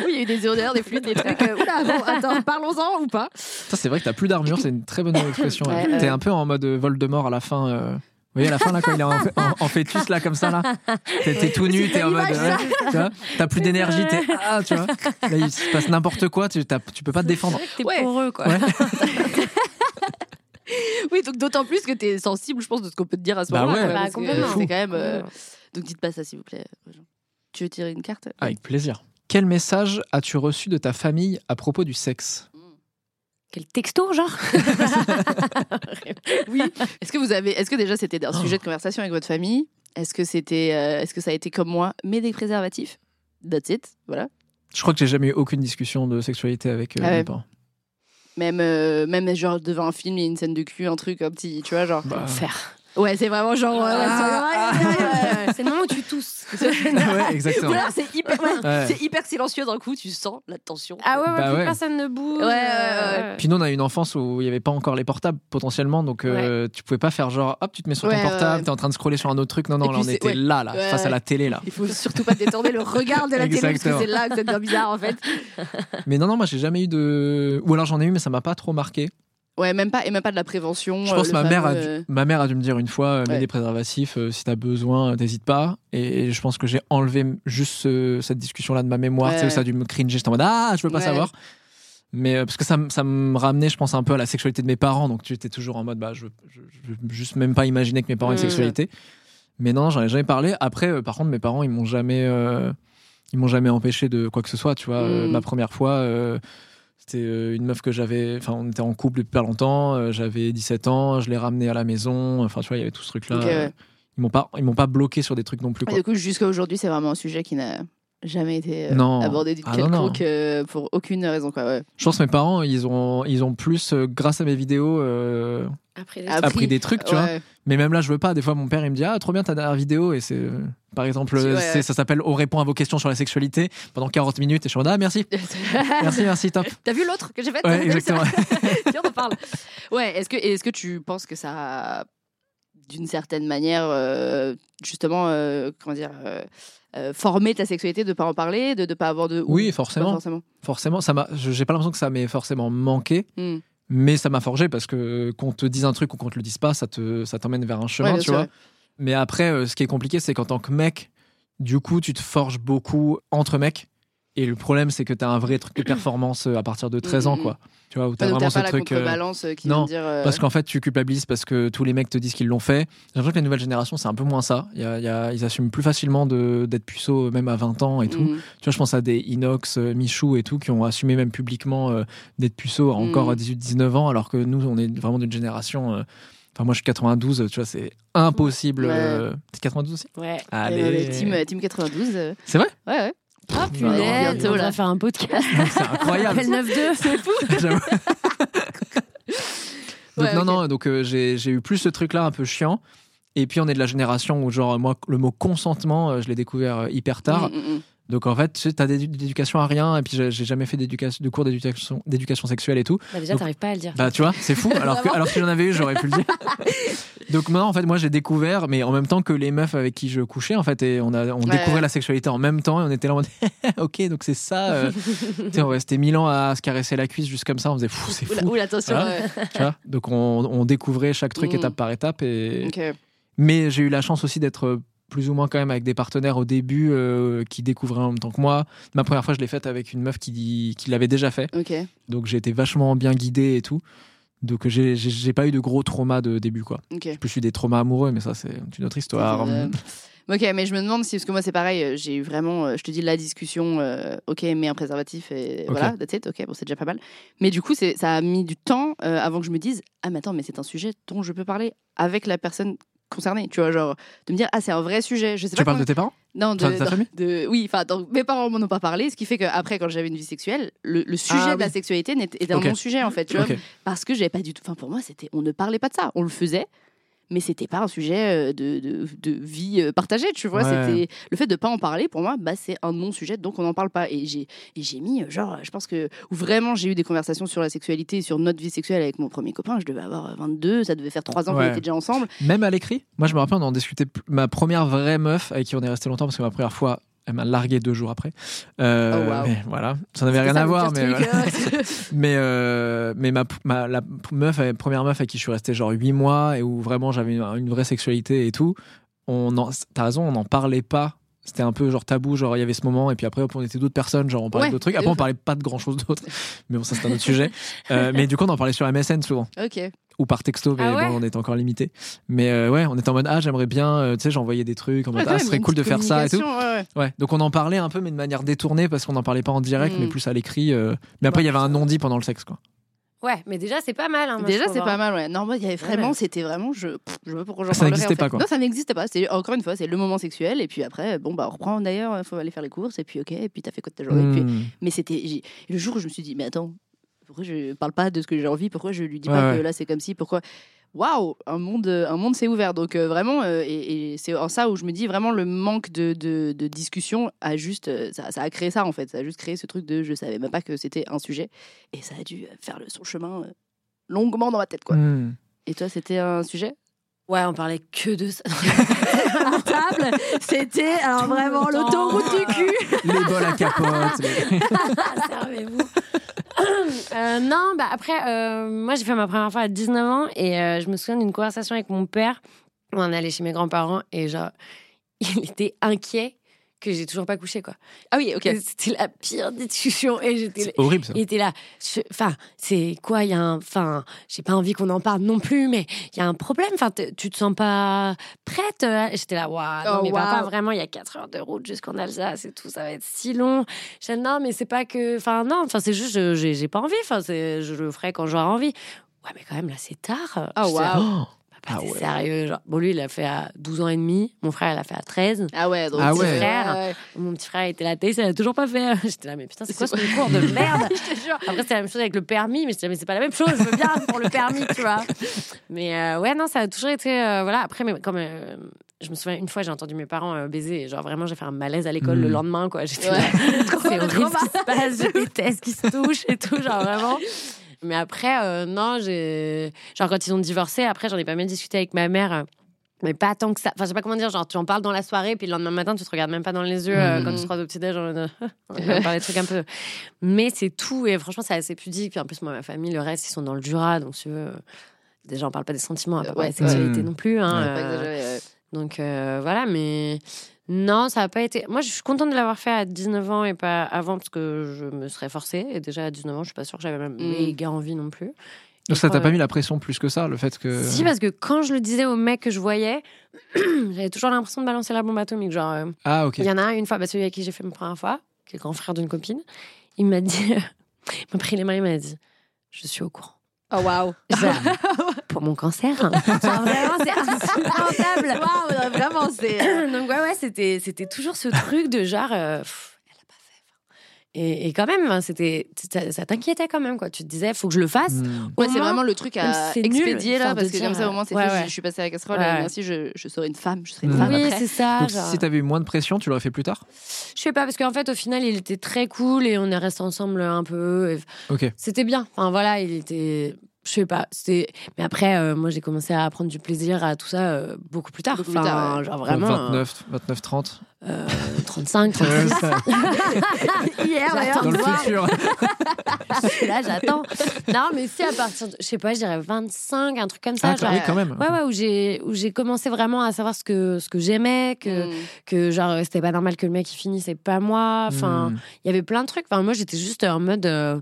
S1: Oui, il y a eu des odeurs, des fluides, des trucs. euh, Oula, bon, attends, parlons-en ou pas
S3: Ça, c'est vrai que t'as plus d'armure, c'est une très bonne expression.
S1: Ouais,
S3: T'es
S1: ouais.
S3: un peu en mode Voldemort à la fin. euh, Vous voyez, à la fin, là, quand il est en, en- en fœtus, là, comme ça, là. T'es t'es tout nu, t'es en mode. ouais, tu vois, T'as plus d'énergie, t'es. Ah, tu vois. Là, il se passe n'importe quoi, tu, t'as- tu peux pas te défendre.
S2: C'est vrai que
S1: Ouais.
S2: T'es poreux, quoi.
S3: Ouais.
S1: Oui, donc d'autant plus que t'es sensible, je pense, de ce qu'on peut te dire à ce
S3: Bah
S1: moment-là.
S3: ouais.
S1: quoi,
S2: Bah,
S1: parce que
S2: complètement.
S1: C'est quand même. euh,
S2: Complètement.
S1: Donc dites pas ça, s'il vous plaît. aux gens. Tu veux tirer une carte
S3: Avec plaisir. Quel message as-tu reçu de ta famille à propos du sexe
S2: Quel texto, genre
S1: Oui. Est-ce que vous avez Est-ce que déjà c'était
S3: Oh.
S1: un sujet de conversation avec votre famille Est-ce que c'était euh, Est-ce que ça a été comme moi, mais des préservatifs That's it, voilà.
S3: Je crois que j'ai jamais eu aucune discussion de sexualité avec euh,
S1: Ah ouais.
S3: mes parents.
S1: Même euh, même genre devant un film, il y a une scène de cul, un truc, un petit, tu vois genre.
S3: Bah,
S2: Faire.
S1: Ouais, c'est vraiment genre. euh, ouais, ouais,
S2: Ah.
S1: ouais, ouais, ouais, ouais, ouais.
S2: C'est le moment où tu tousses.
S3: ouais, exactement.
S1: Ou alors, c'est hyper, ouais,
S3: Ouais.
S1: c'est hyper silencieux d'un coup, tu sens la tension.
S2: Ah ouais, ouais,
S3: Bah
S2: plus
S3: ouais.
S2: personne ne bouge. euh,
S1: Ouais, ouais, ouais.
S3: Puis nous, on a eu une enfance où il n'y avait pas encore les portables potentiellement, donc euh, tu pouvais pas faire genre hop, tu te mets sur
S1: Ouais,
S3: ton
S1: ouais,
S3: portable,
S1: ouais.
S3: t'es en train de scroller sur un autre truc. Non,
S1: Et
S3: non, là,
S1: puis
S3: on
S1: c'est-
S3: était
S1: ouais.
S3: là, là,
S1: Ouais,
S3: face à
S1: ouais.
S3: la télé, là.
S1: Il faut surtout pas détourner le regard de la télé parce que
S3: Exactement.
S1: c'est là que ça devient bizarre en fait.
S3: Mais non, non, moi, j'ai jamais eu de. Ou alors j'en ai eu, mais ça m'a pas trop marqué.
S1: Ouais, même pas et même pas de la prévention.
S3: Je
S1: euh,
S3: pense
S1: le
S3: que ma mère, a
S1: fameux,
S3: dû,
S1: euh,
S3: ma mère a dû me dire une fois euh, mets
S1: Ouais.
S3: des préservatifs, euh, si t'as besoin, euh, n'hésite pas. Et, et je pense que j'ai enlevé m- juste ce- cette discussion-là de ma mémoire.
S1: Ouais,
S3: Tu sais, où
S1: ouais.
S3: ça a dû me cringer, j'étais en mode ah, je veux pas
S1: Ouais.
S3: savoir. Mais euh, parce que ça, m- ça me ramenait, je pense, un peu à la sexualité de mes parents. Donc tu étais toujours en mode bah, je, je, je veux juste même pas imaginer que mes parents aient une
S2: Mm.
S3: sexualité. Mais non, j'en ai jamais parlé. Après, euh, par contre, mes parents, ils m'ont jamais. euh, ils m'ont jamais empêché de quoi que ce soit, tu vois. Euh,
S1: Mm.
S3: ma première fois, euh, c'était euh, une meuf que j'avais. Enfin, on était en couple depuis pas longtemps. euh, j'avais 17 ans. Je l'ai ramenée à la maison. Enfin, tu vois, il y avait tout ce truc-là.
S1: Ok, ouais. Ah,
S3: euh, Ils m'ont pas, ils m'ont pas bloqué sur des trucs non plus.
S1: Et
S3: Quoi.
S1: du coup, jusqu'à aujourd'hui, c'est vraiment un sujet qui n'a jamais été euh,
S3: Non.
S1: abordé d'une
S3: Ah, non, non.
S1: quelconque euh, pour aucune raison quoi. Ouais.
S3: Je pense que mes parents, ils ont, ils ont plus, euh, grâce à mes vidéos, euh,
S2: Après, les
S1: Ah,
S3: appris
S1: Appris.
S3: des trucs, tu vois.
S1: Ouais.
S3: Mais même là, je veux pas. Des fois, mon père, il me dit Ah, trop bien ta dernière vidéo. Et c'est. euh, Par exemple,
S1: Si, ouais,
S3: c'est-
S1: ouais.
S3: ça s'appelle On répond à vos questions sur la sexualité pendant 40 minutes. Et je suis en mode Ah, merci, merci, merci, top.
S1: T'as vu l'autre que j'ai faite
S3: Ouais, exactement.
S1: Tiens, on en parle. Ouais, est-ce que est-ce que tu penses que ça a, d'une certaine manière euh, justement euh, comment dire euh, euh, former ta sexualité de pas en parler, de ne pas avoir de
S3: Oui,
S1: ou-
S3: forcément.
S1: pas forcément.
S3: forcément, ça m'a. je- J'ai pas l'impression que ça m'ait forcément manqué.
S1: Hmm.
S3: mais ça m'a forgé parce que qu'on te dise un truc ou qu'on te le dise pas, ça te ça t'emmène vers un chemin,
S1: Ouais, bien
S3: tu
S1: sûr,
S3: vois.
S1: ouais.
S3: Mais après, euh, ce qui est compliqué, c'est qu'en tant que mec, du coup, tu te forges beaucoup entre mecs. Et le problème, c'est que t'as un vrai truc de performance euh, à partir de 13 ans,
S1: Mm,
S3: quoi. Tu vois, où t'as
S1: Ouais, donc t'as
S3: vraiment ce
S1: pas la
S3: truc. euh,
S1: contrebalance euh, qui
S3: non,
S1: vient dire euh,
S3: parce qu'en fait, tu culpabilises parce que tous les mecs te disent qu'ils l'ont fait. J'ai l'impression que la nouvelle génération, c'est un peu moins ça. Il y a- il y a- ils assument plus facilement de- d'être puceaux, même à 20 ans et tout.
S1: hmm.
S3: Tu vois, je pense à des Inox, euh, Michou et tout, qui ont assumé même publiquement euh, d'être puceaux encore
S1: Mm.
S3: à 18-19 ans, alors que nous, on est vraiment d'une génération. euh, Enfin, moi, je suis 92, tu vois, c'est impossible.
S1: Ouais.
S3: euh, T'es 92 aussi
S2: Ouais.
S1: Et, euh,
S3: Allez
S1: team, team 92. euh,
S3: C'est vrai
S1: Ouais, ouais.
S2: Oh
S3: punaise,
S2: punaise, on
S1: voilà.
S2: va faire un podcast.
S3: C'est incroyable
S2: 9-2. C'est fou.
S3: J'avoue. donc,
S1: Ouais,
S3: non,
S1: ok.
S3: non, donc euh, j'ai j'ai eu plus ce truc-là un peu chiant. Et puis, on est de la génération où, genre, moi, le mot consentement, euh, je l'ai découvert euh, hyper tard.
S1: Mm, mm, mm.
S3: Donc en fait, tu as d'éducation à rien, et puis j'ai j'ai jamais fait d'éducation- de cours d'éducation d'éducation sexuelle et tout.
S2: Bah, déjà,
S3: Donc-
S2: t'arrives pas à le dire.
S3: Bah tu vois, c'est fou. Alors que, alors que si j'en avais eu, j'aurais pu le dire. Donc maintenant, en fait, moi j'ai découvert, mais en même temps que les meufs avec qui je couchais, en fait, et on, a, on
S1: Ouais.
S3: découvrait la sexualité en même temps, et on était là en mode, ok, donc c'est ça. euh. Tu sais, on restait mille ans à se caresser la cuisse juste comme ça, on faisait, Pfff, c'est
S1: Oula,
S3: fou.
S1: oula, attention.
S2: Hein
S3: Voilà.
S1: ouais.
S3: tu vois. donc on, on découvrait chaque truc
S1: Mm.
S3: étape par étape. Et...
S1: Ok.
S3: Mais j'ai eu la chance aussi d'être euh, plus ou moins quand même avec des partenaires au début euh, qui découvraient en même temps que moi. Ma première fois, je l'ai faite avec une meuf qui, qui l'avait déjà fait.
S1: Ok.
S3: Donc j'ai été vachement bien guidé et tout. Donc euh, j'ai- j'ai j'ai pas eu de gros traumas de début quoi.
S1: Ok.
S3: Plus eu des traumas amoureux, mais ça c'est une autre histoire.
S1: Euh, Ok, mais je me demande si, parce que moi c'est pareil, euh, j'ai eu vraiment, euh, je te dis la discussion, euh, ok, mais un préservatif, et voilà, that's it, ok, bon, c'est déjà pas mal. Mais du coup, c'est- ça a mis du temps euh, avant que je me dise, ah, mais attends, mais c'est un sujet dont je peux parler avec la personne concernée, tu vois, genre, de me dire, ah, c'est un vrai sujet, je sais
S3: tu
S1: pas.
S3: parles de tes parents
S1: comment- Non, de,
S3: ta- ta
S1: non,
S3: famille
S1: de- Oui, enfin, donc, mes parents m'en ont pas parlé, ce qui fait qu'après, quand j'avais une vie sexuelle, le, le sujet
S3: Ah,
S1: de la
S3: oui.
S1: sexualité n'était- était un
S3: Ok.
S1: non-sujet, en fait, tu vois,
S3: Ok.
S1: parce que j'avais pas du tout. Enfin, pour moi, c'était, on ne parlait pas de ça. On le faisait, mais c'était pas un sujet euh, de, de- de vie euh, partagée, tu vois.
S3: Ouais.
S1: C'était le fait de pas en parler. Pour moi, bah, c'est un non-sujet, donc on n'en parle pas. Et j'ai, et j'ai mis, euh, genre, je pense que où vraiment j'ai eu des conversations sur la sexualité, et sur notre vie sexuelle avec mon premier copain. Je devais avoir euh, 22, ça devait faire 3 ans qu'on
S3: Ouais.
S1: était déjà ensemble.
S3: Même à l'écrit Moi je me rappelle, on en discutait. p- Ma première vraie meuf avec qui on est resté longtemps parce que ma première fois, elle m'a largué deux jours après. Euh,
S1: Oh, wow.
S3: mais voilà, ça n'avait rien
S1: C'était ça,
S3: à
S1: le
S3: voir,
S1: pire
S3: mais
S1: truc,
S3: voilà.
S1: euh.
S3: Mais, euh, mais ma, ma- la meuf, la première meuf avec qui je suis resté genre 8 mois et où vraiment j'avais une, une vraie sexualité et tout, on en- t'as raison, on n'en parlait pas. C'était un peu genre tabou, genre il y avait ce moment et puis après on était d'autres personnes, genre on parlait
S1: Ouais,
S3: d'autres trucs. Après
S1: de
S3: on
S1: ouf.
S3: parlait pas de grand chose d'autre, mais bon, ça c'est un autre sujet. Euh, mais du coup on en parlait sur MSN souvent
S1: ok.
S3: ou par texto, mais
S2: Ah ouais
S3: bon, on était encore limité. Mais euh, ouais, on était en mode ah j'aimerais bien, euh, tu sais, j'envoyais des trucs, en mode ah ce serait cool de faire ça et tout. Ouais, donc on en parlait un peu, mais de manière détournée parce qu'on n'en parlait pas en direct,
S1: Mm.
S3: mais plus à l'écrit. euh. Mais après il y avait un non dit pendant le sexe quoi.
S2: Ouais, mais déjà, c'est pas mal. hein, moi, je
S1: Déjà,
S2: trouve,
S1: c'est
S2: hein.
S1: pas mal, ouais. Non, moi, il y avait vraiment,
S2: Ouais.
S1: c'était vraiment, je, pff, je veux pas pourquoi j'en
S3: Ça
S1: parlerai,
S3: n'existait
S1: en fait.
S3: pas, quoi.
S1: Non, ça n'existait pas. C'est encore une fois, c'est le moment sexuel, et puis après, bon, bah, on reprend d'ailleurs, faut aller faire les courses, et puis ok, et puis t'as fait quoi de ta journée. et puis-
S3: Mm.
S1: Mais c'était j'ai- le jour où je me suis dit, mais attends, pourquoi je parle pas de ce que j'ai envie, pourquoi je lui dis
S3: Ouais,
S1: pas que
S3: ouais.
S1: là c'est comme si, pourquoi. Waouh, un monde, un monde s'est ouvert. Donc euh, vraiment, euh, et, et c'est en ça où je me dis vraiment le manque de, de- de discussion a juste, euh, ça, ça a créé ça en fait, ça a juste créé ce truc de, je savais même pas que c'était un sujet, et ça a dû euh, faire le, son chemin euh, longuement dans ma tête quoi.
S3: Mm.
S1: Et toi, c'était un sujet
S2: Ouais, on parlait que de ça.
S4: À la table, c'était alors
S2: Tout le
S4: vraiment
S2: temps.
S4: l'autoroute du cul.
S3: les bols à capote. les-
S2: Servez-vous. Euh, non, bah après, euh, moi j'ai fait ma première fois à 19 ans et euh, je me souviens d'une conversation avec mon père où on allait chez mes grands-parents et genre, il était inquiet que j'ai toujours pas couché quoi.
S1: Ah oui, ok.
S2: Et C'était la pire discussion et j'étais là-
S3: C'est horrible ça.
S2: il était là. Je- Enfin, c'est quoi Il y a un. Enfin, j'ai pas envie qu'on en parle non plus, mais il y a un problème. Enfin, te- tu te sens pas prête euh, J'étais là, waouh, non,
S1: Oh,
S2: mais papa,
S1: waouh.
S2: vraiment, il y a 4 heures de route jusqu'en Alsace et tout, ça va être si long. Je dis, non, mais c'est pas que. Enfin, non, enfin, c'est juste, je- j'ai j'ai pas envie. Enfin, c'est- je le ferai quand j'aurai envie. Ouais, mais quand même, là, c'est tard.
S1: Ah,
S2: J'étais là,
S1: waouh.
S3: Oh.
S2: Papa,
S3: Ah
S2: t'es
S3: ouais.
S2: sérieux. Genre, bon, lui, il l'a fait à 12 ans et demi. Mon frère, il l'a fait à 13.
S1: Ah ouais, donc
S3: Ah
S1: c'est-
S3: ouais.
S2: Frère. Mon petit frère était là, t'es, ça l'a toujours pas fait. J'étais là, mais putain, c'est quoi ce concours de merde Après, c'est la même chose avec le permis, mais j'étais là, mais c'est pas la même chose, je veux bien pour le permis, tu vois. Mais euh, ouais, non, ça a toujours été. euh, voilà, après, mais comme. euh, je me souviens, une fois, j'ai entendu mes parents euh, baiser. et Genre, vraiment, j'ai fait un malaise à l'école le
S3: Mm.
S2: lendemain, quoi. J'étais
S1: Ouais.
S2: là, c'est horrible ce qui se passe, je déteste qu'ils se touchent et tout, genre vraiment. Mais après, euh, non, j'ai. Genre, quand ils ont divorcé, après, j'en ai pas mal discuté avec ma mère. euh, Mais pas tant que ça. Enfin, je sais pas comment dire. Genre, tu en parles dans la soirée, puis le lendemain matin, tu te regardes même pas dans les yeux euh,
S1: Mhm.
S2: quand tu te croises au petit-déj. en mode, euh, On va parler des trucs un peu. Mais c'est tout. Et franchement, c'est assez pudique. Puis en plus, moi, ma famille, le reste, ils sont dans le Jura. Donc, tu veux. euh, Déjà, on parle pas des sentiments, on parle
S1: Ouais,
S2: pas de la sexualité
S3: ouais.
S2: non plus. Hein,
S1: Faut pas
S2: euh,
S1: exagérer, ouais.
S2: donc euh, voilà, mais non, ça n'a pas été. Moi, je suis contente de l'avoir fait à 19 ans et pas avant parce que je me serais forcée. Et déjà à 19 ans, je suis pas sûre que j'avais même
S1: Mm.
S2: méga envie non plus.
S3: Donc ça t'a
S2: Ouais.
S3: pas euh, mis la pression plus que ça, le fait que.
S2: Si, bah, parce que quand je le disais aux mecs que je voyais, j'avais toujours l'impression de balancer la bombe atomique. Genre, euh,
S3: Ah ok.
S2: il y en a un une fois, bah, celui avec qui j'ai fait ma première fois, qui est le grand frère d'une copine, il m'a dit, il m'a pris les mains, il m'a dit Je suis au courant.
S1: Oh waouh.
S2: Genre, pour mon cancer. Genre, vraiment, c'est insupportable.
S1: Waouh, non, vraiment, c'est.
S2: Ah euh, Donc ouais, ouais, c'était, c'était toujours ce truc de genre, euh, pff, elle a pas fait. Et, et quand même, hein, c'était, ça, ça t'inquiétait quand même, quoi. Tu te disais, faut que je le fasse.
S3: Hmm.
S2: Au
S1: Ouais, c'est
S2: moins,
S1: vraiment le truc
S2: même
S1: à
S2: si c'est nul,
S1: expédier là,
S2: enfin, de
S1: parce que
S2: dire,
S1: comme ça, au moins, c'est
S2: ouais,
S1: fait.
S2: ouais.
S1: Je, je suis passée à la casserole,
S2: Ouais,
S1: euh,
S2: ouais.
S1: merci, je, je serai une femme, je serai une
S3: Mm.
S1: femme.
S3: Oui,
S1: après.
S2: c'est ça.
S3: Donc,
S2: Ah, genre.
S3: si t'avais eu moins de pression, tu l'aurais fait plus tard
S2: Je sais pas, parce qu'en fait, au final, il était très cool et on est resté ensemble un peu. et
S3: Ok.
S2: C'était bien. Enfin, voilà, il était. Je sais pas. C'était. Mais après, euh, moi, j'ai commencé à prendre du plaisir à tout ça euh, beaucoup plus tard.
S1: Beaucoup plus
S2: enfin,
S1: tard, ouais.
S2: genre vraiment. hein.
S3: 29, 29, 30.
S2: euh, 35, 36.
S3: Ouais, ça,
S2: Hier,
S4: d'ailleurs,
S3: dans le futur.
S2: là, j'attends. Non, mais c'est à partir de. Je sais pas, je dirais 25, un truc comme ça.
S3: Ah,
S2: genre.
S3: oui, quand même.
S2: Ouais, ouais, où j'ai, où j'ai commencé vraiment à savoir ce que, ce que j'aimais, que,
S1: Mm.
S2: que genre, euh, c'était pas normal que le mec il finisse et pas moi. Enfin,
S1: Mm.
S3: Hmm.
S2: Il y avait plein de trucs. Enfin, moi, j'étais juste en mode. euh,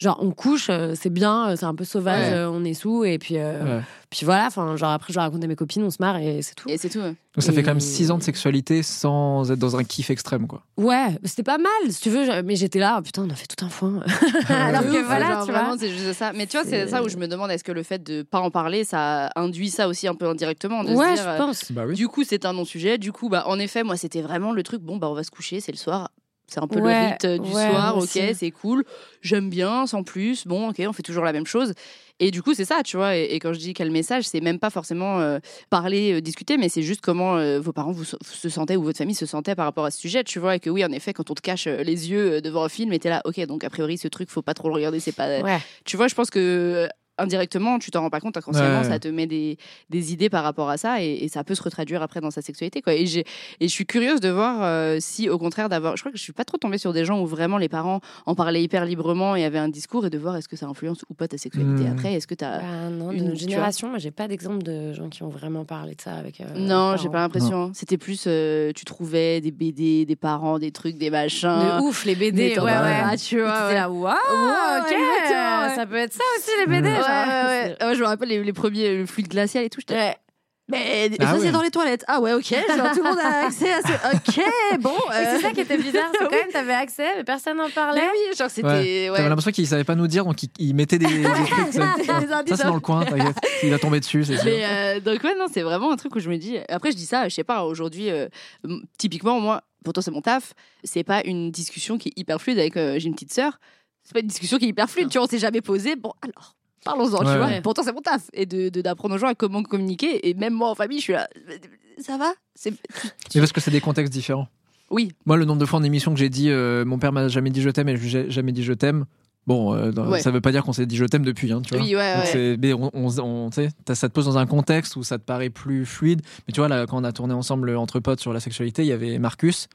S2: Genre on couche, euh, c'est bien, euh, c'est un peu sauvage,
S3: Ouais.
S2: euh, on est sous et puis euh,
S3: Ouais.
S2: puis voilà. Enfin genre après je leur racontais mes copines, on se marre et c'est tout.
S1: Et c'est tout. hein. ouais.
S3: Donc ça fait quand même
S2: Et-
S3: 6 ans de sexualité sans être dans un kiff extrême, quoi.
S2: Ouais, c'était pas mal si tu veux, je- mais j'étais là, oh, putain on a fait tout un foin. Ah, Alors
S1: De
S2: que
S1: ouf,
S2: voilà,
S1: Ah Mm. genre,
S2: tu vois.
S1: vraiment, c'est juste ça. Mais tu vois, c'est
S2: C'est-
S1: ça où je me demande est-ce que le fait de pas en parler, ça induit ça aussi un peu indirectement de se
S2: Ouais,
S1: dire, euh,
S2: je pense.
S3: Bah oui.
S1: Du coup, c'est un non-sujet. Du coup, bah, en effet, moi, c'était vraiment le truc. Bon, bah, on va se coucher, c'est le soir. C'est un peu le
S2: Ouais,
S1: rite euh, du
S2: ouais,
S1: soir.
S2: moi
S1: Ok,
S2: aussi.
S1: c'est cool. J'aime bien, sans plus. Bon, ok, on fait toujours la même chose. Et du coup, c'est ça, tu vois. Et, et quand je dis quel message, c'est même pas forcément euh, parler, euh, discuter, mais c'est juste comment euh, vos parents vous, se- vous se sentaient ou votre famille se sentait par rapport à ce sujet, tu vois. Et que oui, en effet, quand on te cache euh, les yeux euh, devant un film, et t'es là, ok, donc a priori, ce truc, faut pas trop le regarder. C'est pas. euh,
S2: Ouais.
S1: Tu vois, je pense que euh, indirectement, tu t'en rends pas compte inconsciemment,
S3: Ouais.
S1: ça te met des, des idées par rapport à ça et, et ça peut se retraduire après dans sa sexualité. Quoi. Et, j'ai- et je suis curieuse de voir euh, si, au contraire, d'avoir. Je crois que je suis pas trop tombée sur des gens où vraiment les parents en parlaient hyper librement et avaient un discours et de voir est-ce que ça influence ou pas ta sexualité
S3: Mhm.
S1: après. Est-ce que t'as.
S2: Bah, non, de
S1: euh, une,
S2: notre
S1: tu vois.
S2: génération, moi j'ai pas d'exemple de gens qui ont vraiment parlé de ça avec. euh,
S1: Non,
S2: leurs
S1: j'ai pas
S2: parents.
S1: l'impression. hein. C'était plus, euh, tu trouvais des BD, des parents, des trucs, des machins.
S2: De ouf les
S1: des
S2: BD, ouais ouais.
S1: tornades.
S2: Ah,
S1: tu vois.
S2: t'étais
S1: ouais.
S2: là, waouh,
S1: Ouah,
S2: ok,
S1: exactement, ouais.
S2: ça peut être ça aussi les
S3: Mm.
S2: BD.
S3: Ouais,
S2: genre.
S1: Ouais, ouais, ouais. Ouais, je me rappelle les, les premiers, le fluide glacial et tout. j'étais-
S2: Ouais.
S4: Mais
S3: Ah
S4: ça,
S3: ouais.
S4: c'est dans les toilettes. Ah ouais, ok.
S1: Eh,
S4: genre, tout le monde a accès à ce. Ok, bon.
S2: Et
S4: euh,
S2: c'est ça qui était bizarre, c'est quand même t'avais accès, mais personne n'en
S1: Mais
S2: parlait.
S1: oui, genre c'était.
S3: Ouais.
S1: ouais.
S3: T'avais l'impression qu'il savait pas nous dire, donc il, il mettait des, des trucs. Ça, ça, c'est dans le coin, t'inquiète. Il a tombé dessus, c'est sûr.
S1: Mais euh, donc ouais, non, c'est vraiment un truc où je me dis. Après, je dis ça, je sais pas. Aujourd'hui, euh, m- typiquement, moi, pourtant c'est mon taf. C'est pas une discussion qui est hyper fluide avec. euh, J'ai une petite sœur. C'est pas une discussion qui est hyper fluide. Tu vois, on s'est jamais posé. Bon, alors. Parlons-en,
S3: Ouais,
S1: tu vois.
S2: ouais.
S1: Pourtant, c'est mon taf. Et d'apprendre de, d'apprendre aux gens à comment communiquer. Et même moi, en famille, je suis là. Ça va C'est-
S3: Mais parce que c'est des contextes différents.
S1: Oui.
S3: Moi, le nombre de fois en émission que j'ai dit euh, mon père m'a jamais dit je t'aime et je lui ai jamais dit je t'aime. Bon, euh, dans-
S1: Ouais.
S3: ça veut pas dire qu'on s'est dit je t'aime depuis, hein, tu vois.
S1: Oui, ouais,
S3: Donc
S1: ouais.
S3: c'est- mais on, on- on- tu sais, t'as- ça te pose dans un contexte où ça te paraît plus fluide. Mais tu vois, là, quand on a tourné ensemble euh, entre potes sur la sexualité, il y avait Marcus.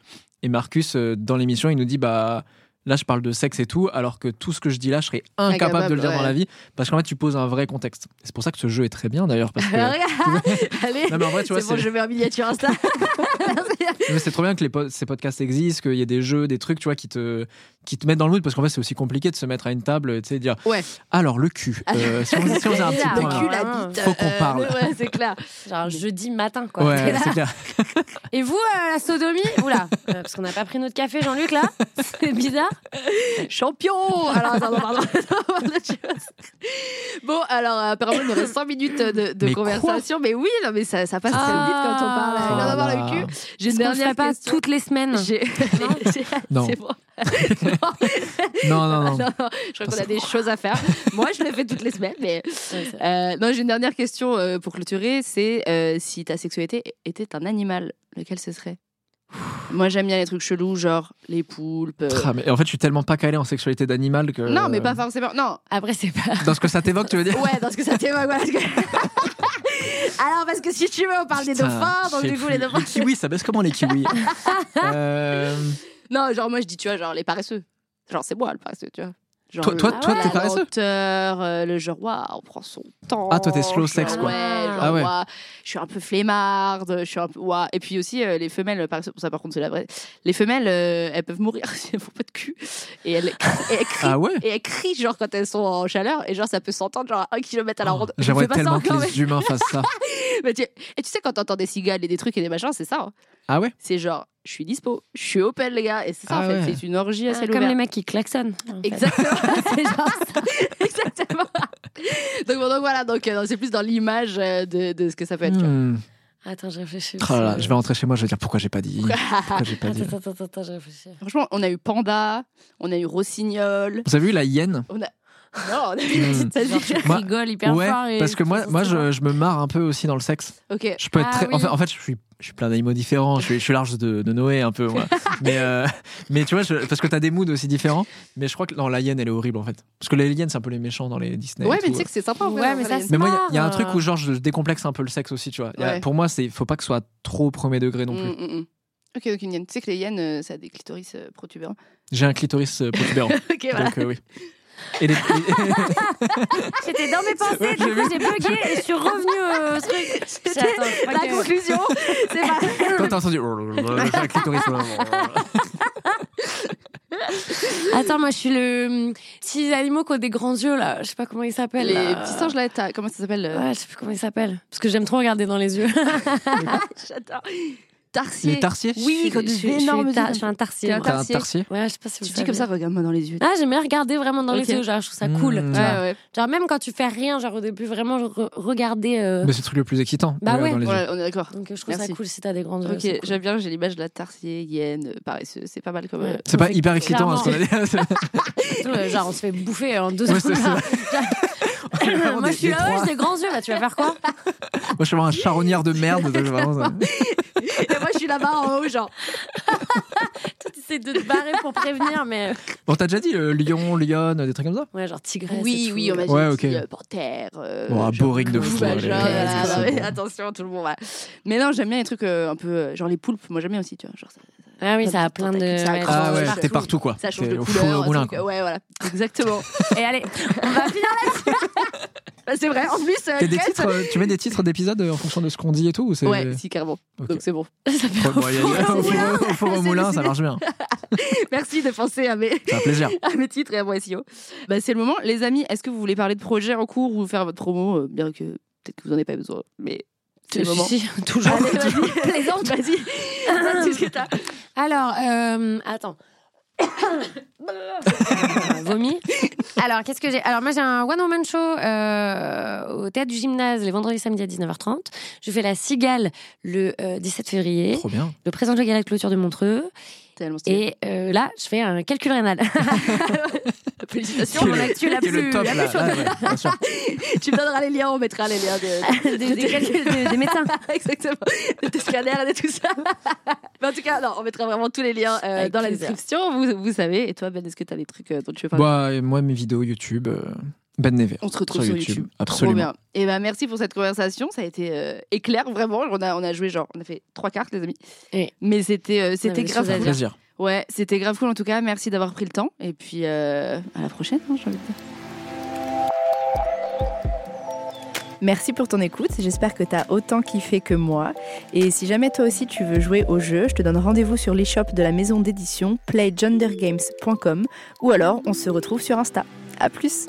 S3: Et Marcus, euh, dans l'émission, il nous dit bah là, je parle de sexe et tout, alors que tout ce que je dis là, je serais incapable
S1: Incapable,
S3: de le dire
S1: ouais.
S3: dans la vie. Parce qu'en fait, tu poses un vrai contexte. Et C'est pour ça que ce jeu est très bien d'ailleurs. Parce que...
S1: Allez.
S3: Non, mais en vrai, tu vois,
S1: C'est bon,
S3: c'est-
S1: je mets en miniature Insta.
S3: mais c'est trop bien que les pod- ces podcasts existent, qu'il y ait des jeux, des trucs, tu vois, qui te, qui te mettent dans le mood. Parce qu'en fait, c'est aussi compliqué de se mettre à une table, tu sais, dire
S1: Ouais. Ah.
S3: Alors, le cul. euh, si on, si on faisait un petit
S2: Le
S1: Le
S3: point. là.
S1: cul, la bite.
S3: Faut qu'on
S1: euh,
S3: parle.
S1: Ouais, c'est clair.
S2: Genre jeudi matin, quoi. T'es
S3: Ouais,
S2: là.
S3: c'est clair.
S2: Et vous, euh, la sodomie Oula, euh, parce qu'on n'a pas pris notre café, Jean-Luc, là C'est bizarre.
S1: Champion Alors, attends, pardon, pardon. Bon, alors, euh, apparemment, il nous reste 5 minutes de, de
S3: Mais
S1: conversation, mais oui, non, mais ça, ça passe très
S2: Ah.
S1: vite quand on parle.
S2: Oh
S1: Il vient d'avoir
S3: là.
S1: le cul. J'ai
S2: Est-ce
S1: une
S2: qu'on le ferait
S1: dernière
S2: pas
S1: question.
S2: toutes les semaines
S1: J'ai- j'ai-
S3: Non.
S1: C'est bon.
S3: Non, non, non.
S1: Non, non, je crois qu'on a des choses à faire. Moi, je le fais toutes les semaines, mais. euh, non, j'ai une dernière question euh, pour clôturer c'est euh, si ta sexualité était un animal, lequel ce serait Moi, j'aime bien les trucs chelous, genre les poulpes. euh,
S3: Ah, mais en fait, je suis tellement pas calé en sexualité d'animal que.
S1: Non, mais pas forcément. Non,
S2: Après, c'est pas.
S3: Dans ce que ça t'évoque, tu veux dire
S1: Ouais, parce que ça t'évoque. voilà, parce que- Alors, parce que si tu veux, on parle des
S3: Putain,
S1: dauphins, donc
S3: je sais
S1: du coup,
S3: plus.
S1: les dauphins.
S3: Les kiwis, ça baisse comment les kiwis Euh,
S1: Non, genre, moi, je dis, tu vois, genre, les paresseux. Genre, c'est moi, le paresseux, tu vois. Genre,
S3: Toi, toi,
S1: le-
S3: toi,
S2: Ah
S3: t'es
S1: la
S3: paresseux
S1: lenteur, euh, le genre, waouh, on prend son temps.
S3: Ah, toi, t'es slow
S1: genre,
S3: sex,
S2: quoi.
S1: Ouais, genre,
S3: Ah ouais.
S1: waouh, je suis un peu flemmarde, je suis un peu. waouh. Et puis aussi, euh, les femelles, par ça, par contre, c'est la vraie. Les femelles, euh, elles peuvent mourir si elles font pas de cul. Et elles crient, et elles crient,
S3: Ah ouais
S1: et elles crient, genre, quand elles sont en chaleur, et genre, ça peut s'entendre, genre, à un kilomètre à la ronde. Je
S3: Oh, J'aimerais
S1: fais pas ça
S3: tellement que
S1: encore, mais-
S3: les humains fassent ça.
S1: Mais tu- Et tu sais, quand t'entends des cigales et des trucs et des machins, c'est ça. hein.
S3: Ah ouais
S1: C'est genre, je suis dispo, je suis open, les gars. Et c'est ça,
S3: Ah
S1: en fait.
S3: ouais.
S1: C'est une orgie à
S2: Ah,
S1: ciel
S2: comme
S1: ouvert.
S2: les mecs qui klaxonnent. en fait.
S1: Exactement.
S2: C'est genre ça.
S1: Exactement. donc, bon, donc voilà, donc, euh, c'est plus dans l'image euh, de, de ce que ça peut être. tu vois.
S3: Hmm.
S2: Attends, je réfléchis.
S3: Oh là là, je vais rentrer chez moi, je vais dire pourquoi j'ai pas dit. Pourquoi j'ai pas dit.
S2: Attends, attends, attends, attends, je réfléchis.
S1: Franchement, on a eu Panda, on a eu Rossignol.
S3: Vous avez vu la hyène
S1: Non, on a eu
S3: Hmm.
S1: petite
S2: Genre, tu
S1: Sagittaire.
S3: Moi-
S2: rigoles hyper
S3: Ouais,
S2: fort. et-
S3: parce que moi, moi je, je me marre un peu aussi dans le sexe.
S1: Ok.
S3: Je peux être
S2: Ah
S3: très... en,
S2: oui.
S3: fait, en fait, je suis, je suis plein d'animaux différents. Je suis, je suis large de, de Noé un peu. moi. mais, euh, mais tu vois, je- parce que t'as des moods aussi différents. Mais je crois que non, la hyène, elle est horrible en fait. Parce que les hyènes, c'est un peu les méchants dans les Disney. et
S1: Ouais, mais
S3: tout.
S1: tu sais que c'est sympa. en vrai,
S2: Ouais,
S1: d'en
S2: mais ça,
S1: parler.
S2: c'est-
S3: Mais moi, il y a- il y, a un
S2: marre.
S3: truc où genre je décomplexe un peu le sexe aussi, tu vois. Il y a-
S1: Ouais.
S3: Pour moi, c'est faut pas que ce soit trop premier degré non plus.
S1: Mm, mm, mm. Ok, ok, une hyène. Tu sais que les hyènes, euh, ça a des clitoris euh, protubérants.
S3: J'ai un clitoris euh, protubérant.
S1: Ok,
S3: donc euh, oui. Et les- et-
S2: Ah, J'étais dans mes pensées,
S3: Ouais,
S2: du
S3: j'ai
S2: coup j'ai bugué et je suis revenue euh, au truc. J'ai- attends, je crois
S1: La
S2: que-
S1: conclusion, c'est pas.
S3: Quand t'as entendu oh j'ai un clitoris.
S2: Attends, moi je suis le. Si les animaux qui ont des grands yeux là, je sais pas comment ils s'appellent.
S1: Les
S2: là.
S1: petits singes là, t'as- comment ça s'appelle euh,
S2: Ouais, je sais plus comment ils s'appellent. Parce que j'aime trop regarder dans les yeux.
S1: J'adore. Tarsier.
S3: Les tarsiers
S1: Oui, quand
S2: je suis-
S1: des
S2: je suis
S1: énormes
S2: tar-
S1: yeux.
S2: Je suis un tarsier.
S1: T'es un
S2: moi.
S3: T'as un
S1: tarsier.
S3: tarsier
S2: Ouais, je sais pas si vous
S1: Tu dis comme ça,
S2: savez.
S1: regarde-moi dans les yeux.
S2: Ah, j'aime bien regarder vraiment dans
S1: Ok. Hmm.
S2: les yeux, genre je trouve ça
S3: Mmh.
S2: cool.
S3: Ouais,
S2: tu vois.
S1: ouais, ouais.
S2: Genre même quand tu fais rien, genre au début vraiment genre, re- regarder. euh,
S3: Mais c'est le truc le plus excitant.
S2: Bah
S3: de
S2: ouais.
S3: regarder dans les yeux.
S1: Ouais, on est d'accord.
S2: Donc euh, je trouve
S1: Merci.
S2: ça cool si t'as des grands yeux.
S1: Ok,
S2: c'est cool.
S1: j'aime bien, j'ai l'image de la tarsier, hyène, euh, paresseuse. C'est pas mal comme.
S2: Ouais.
S3: C'est pas hyper excitant hein, ce qu'on a dit.
S2: Surtout, euh, genre on se fait bouffer en deux
S3: Ouais, c'est
S2: secondes.
S3: ça. On est vraiment
S2: Moi
S3: des-
S2: je suis
S3: des
S2: là, ouais,
S3: proies.
S2: j'ai des grands yeux, bah tu vas faire quoi
S3: Moi, je suis vraiment un charognard de merde. donc vraiment, ça-
S1: Et moi, je suis là-bas en haut, genre.
S2: Tu essaies de te barrer pour prévenir, mais.
S3: Bon, t'as déjà dit euh, Lyon, Lyonne, des trucs comme ça
S2: Ouais, genre tigresse. et
S1: Oui,
S2: tout.
S1: oui, on m'a dit
S3: Ouais, ok.
S1: aussi, euh, panthère. euh,
S3: Bon, un
S1: genre,
S3: boring de
S1: loup,
S3: fou,
S1: vagin,
S3: allez,
S1: voilà,
S3: vas-y,
S1: voilà,
S3: c'est
S1: ouais,
S3: bon.
S1: Attention, tout le monde. voilà. Mais non, j'aime bien les trucs euh, un peu, euh, genre les poulpes. Moi, j'aime bien aussi, tu vois. Genre, ça,
S2: Ah oui,
S1: Comme
S2: ça a
S1: des
S2: plein de.
S1: tentacules, ça
S2: ouais,
S3: Ah
S1: change
S3: ouais,
S1: partout.
S3: t'es partout quoi.
S1: ça change
S3: T'es
S1: de
S3: au
S1: couleur. euh,
S3: four et au
S1: un
S3: moulin
S1: truc,
S3: quoi.
S1: Ouais, voilà, exactement.
S2: Et allez, on va finir
S1: Bah, c'est vrai. En plus, euh,
S3: T'as des
S1: Grace-
S3: titres, euh, tu mets des titres d'épisodes euh, en fonction de ce qu'on dit et tout ou c'est
S1: Ouais, si, carrément.
S3: Ok.
S1: Donc, c'est bon.
S2: Ça fait
S3: Ouais, bon, il y a-
S2: au four et au
S3: au
S2: moulin.
S3: four- au four et au
S1: C'est
S3: moulin, ça
S1: décidé.
S3: marche bien.
S1: Merci de penser à mes,
S3: C'est un plaisir.
S1: à mes titres et à mon SEO. Bah, c'est le moment. Les amis, est-ce que vous voulez parler de projets en cours ou faire votre promo Euh, Bien que peut-être que vous n'en avez pas besoin, mais c'est le moment.
S2: Si, toujours.
S1: Allez, vas-y.
S2: toujours plaisante.
S1: Vas-y, dis ce que t'as.
S2: Alors, euh, attends. Vomi. Alors, qu'est-ce que j'ai Alors, moi, j'ai un One Woman Show euh, au théâtre du gymnase les vendredis et samedis à 19h30. Je fais la cigale le euh, 17 février.
S3: Trop bien.
S2: Je présente le gala de clôture de Montreux.
S1: Tellement stylé.
S2: Et euh, là, je fais un calcul rénal.
S1: Félicitations,
S2: Sur
S3: Qui est
S2: mon
S3: le-
S2: actu la
S3: qui est le
S2: plus-
S3: top
S2: la plus
S3: là.
S2: chaude.
S3: Ah, ouais, bien sûr.
S1: tu me donneras les liens, on mettra euh, les liens de,
S2: des, des calculs des- des médecins.
S1: exactement, de tes scanners et de tout ça. Mais en tout cas, non, on mettra vraiment tous les liens euh,
S2: Avec
S1: dans la
S2: plaisir.
S1: description, vous, vous savez. Et toi, Ben, est-ce que t'as des trucs euh, dont tu veux parler
S3: Bah, et moi, mes vidéos YouTube, euh, Ben Never.
S1: On se retrouve sur,
S3: sur
S1: YouTube.
S3: YouTube,
S1: Trop
S3: absolument.
S1: bien. Et ben merci pour cette conversation, ça a été euh, éclair vraiment. On a on a joué genre on a fait trois cartes les amis.
S2: Oui.
S1: Mais c'était euh,
S2: avait
S1: c'était
S2: des
S1: grave
S2: choses à
S3: Un
S1: cool.
S2: dire.
S3: plaisir.
S1: Ouais, c'était grave cool en tout cas. Merci d'avoir pris le temps et puis euh, à la prochaine. hein, j'ai envie de dire.
S4: Merci pour ton écoute, j'espère que t'as autant kiffé que moi. Et si jamais toi aussi tu veux jouer au jeu, je te donne rendez-vous sur l'e-shop de la maison d'édition playgendergames.com ou alors on se retrouve sur Insta. À plus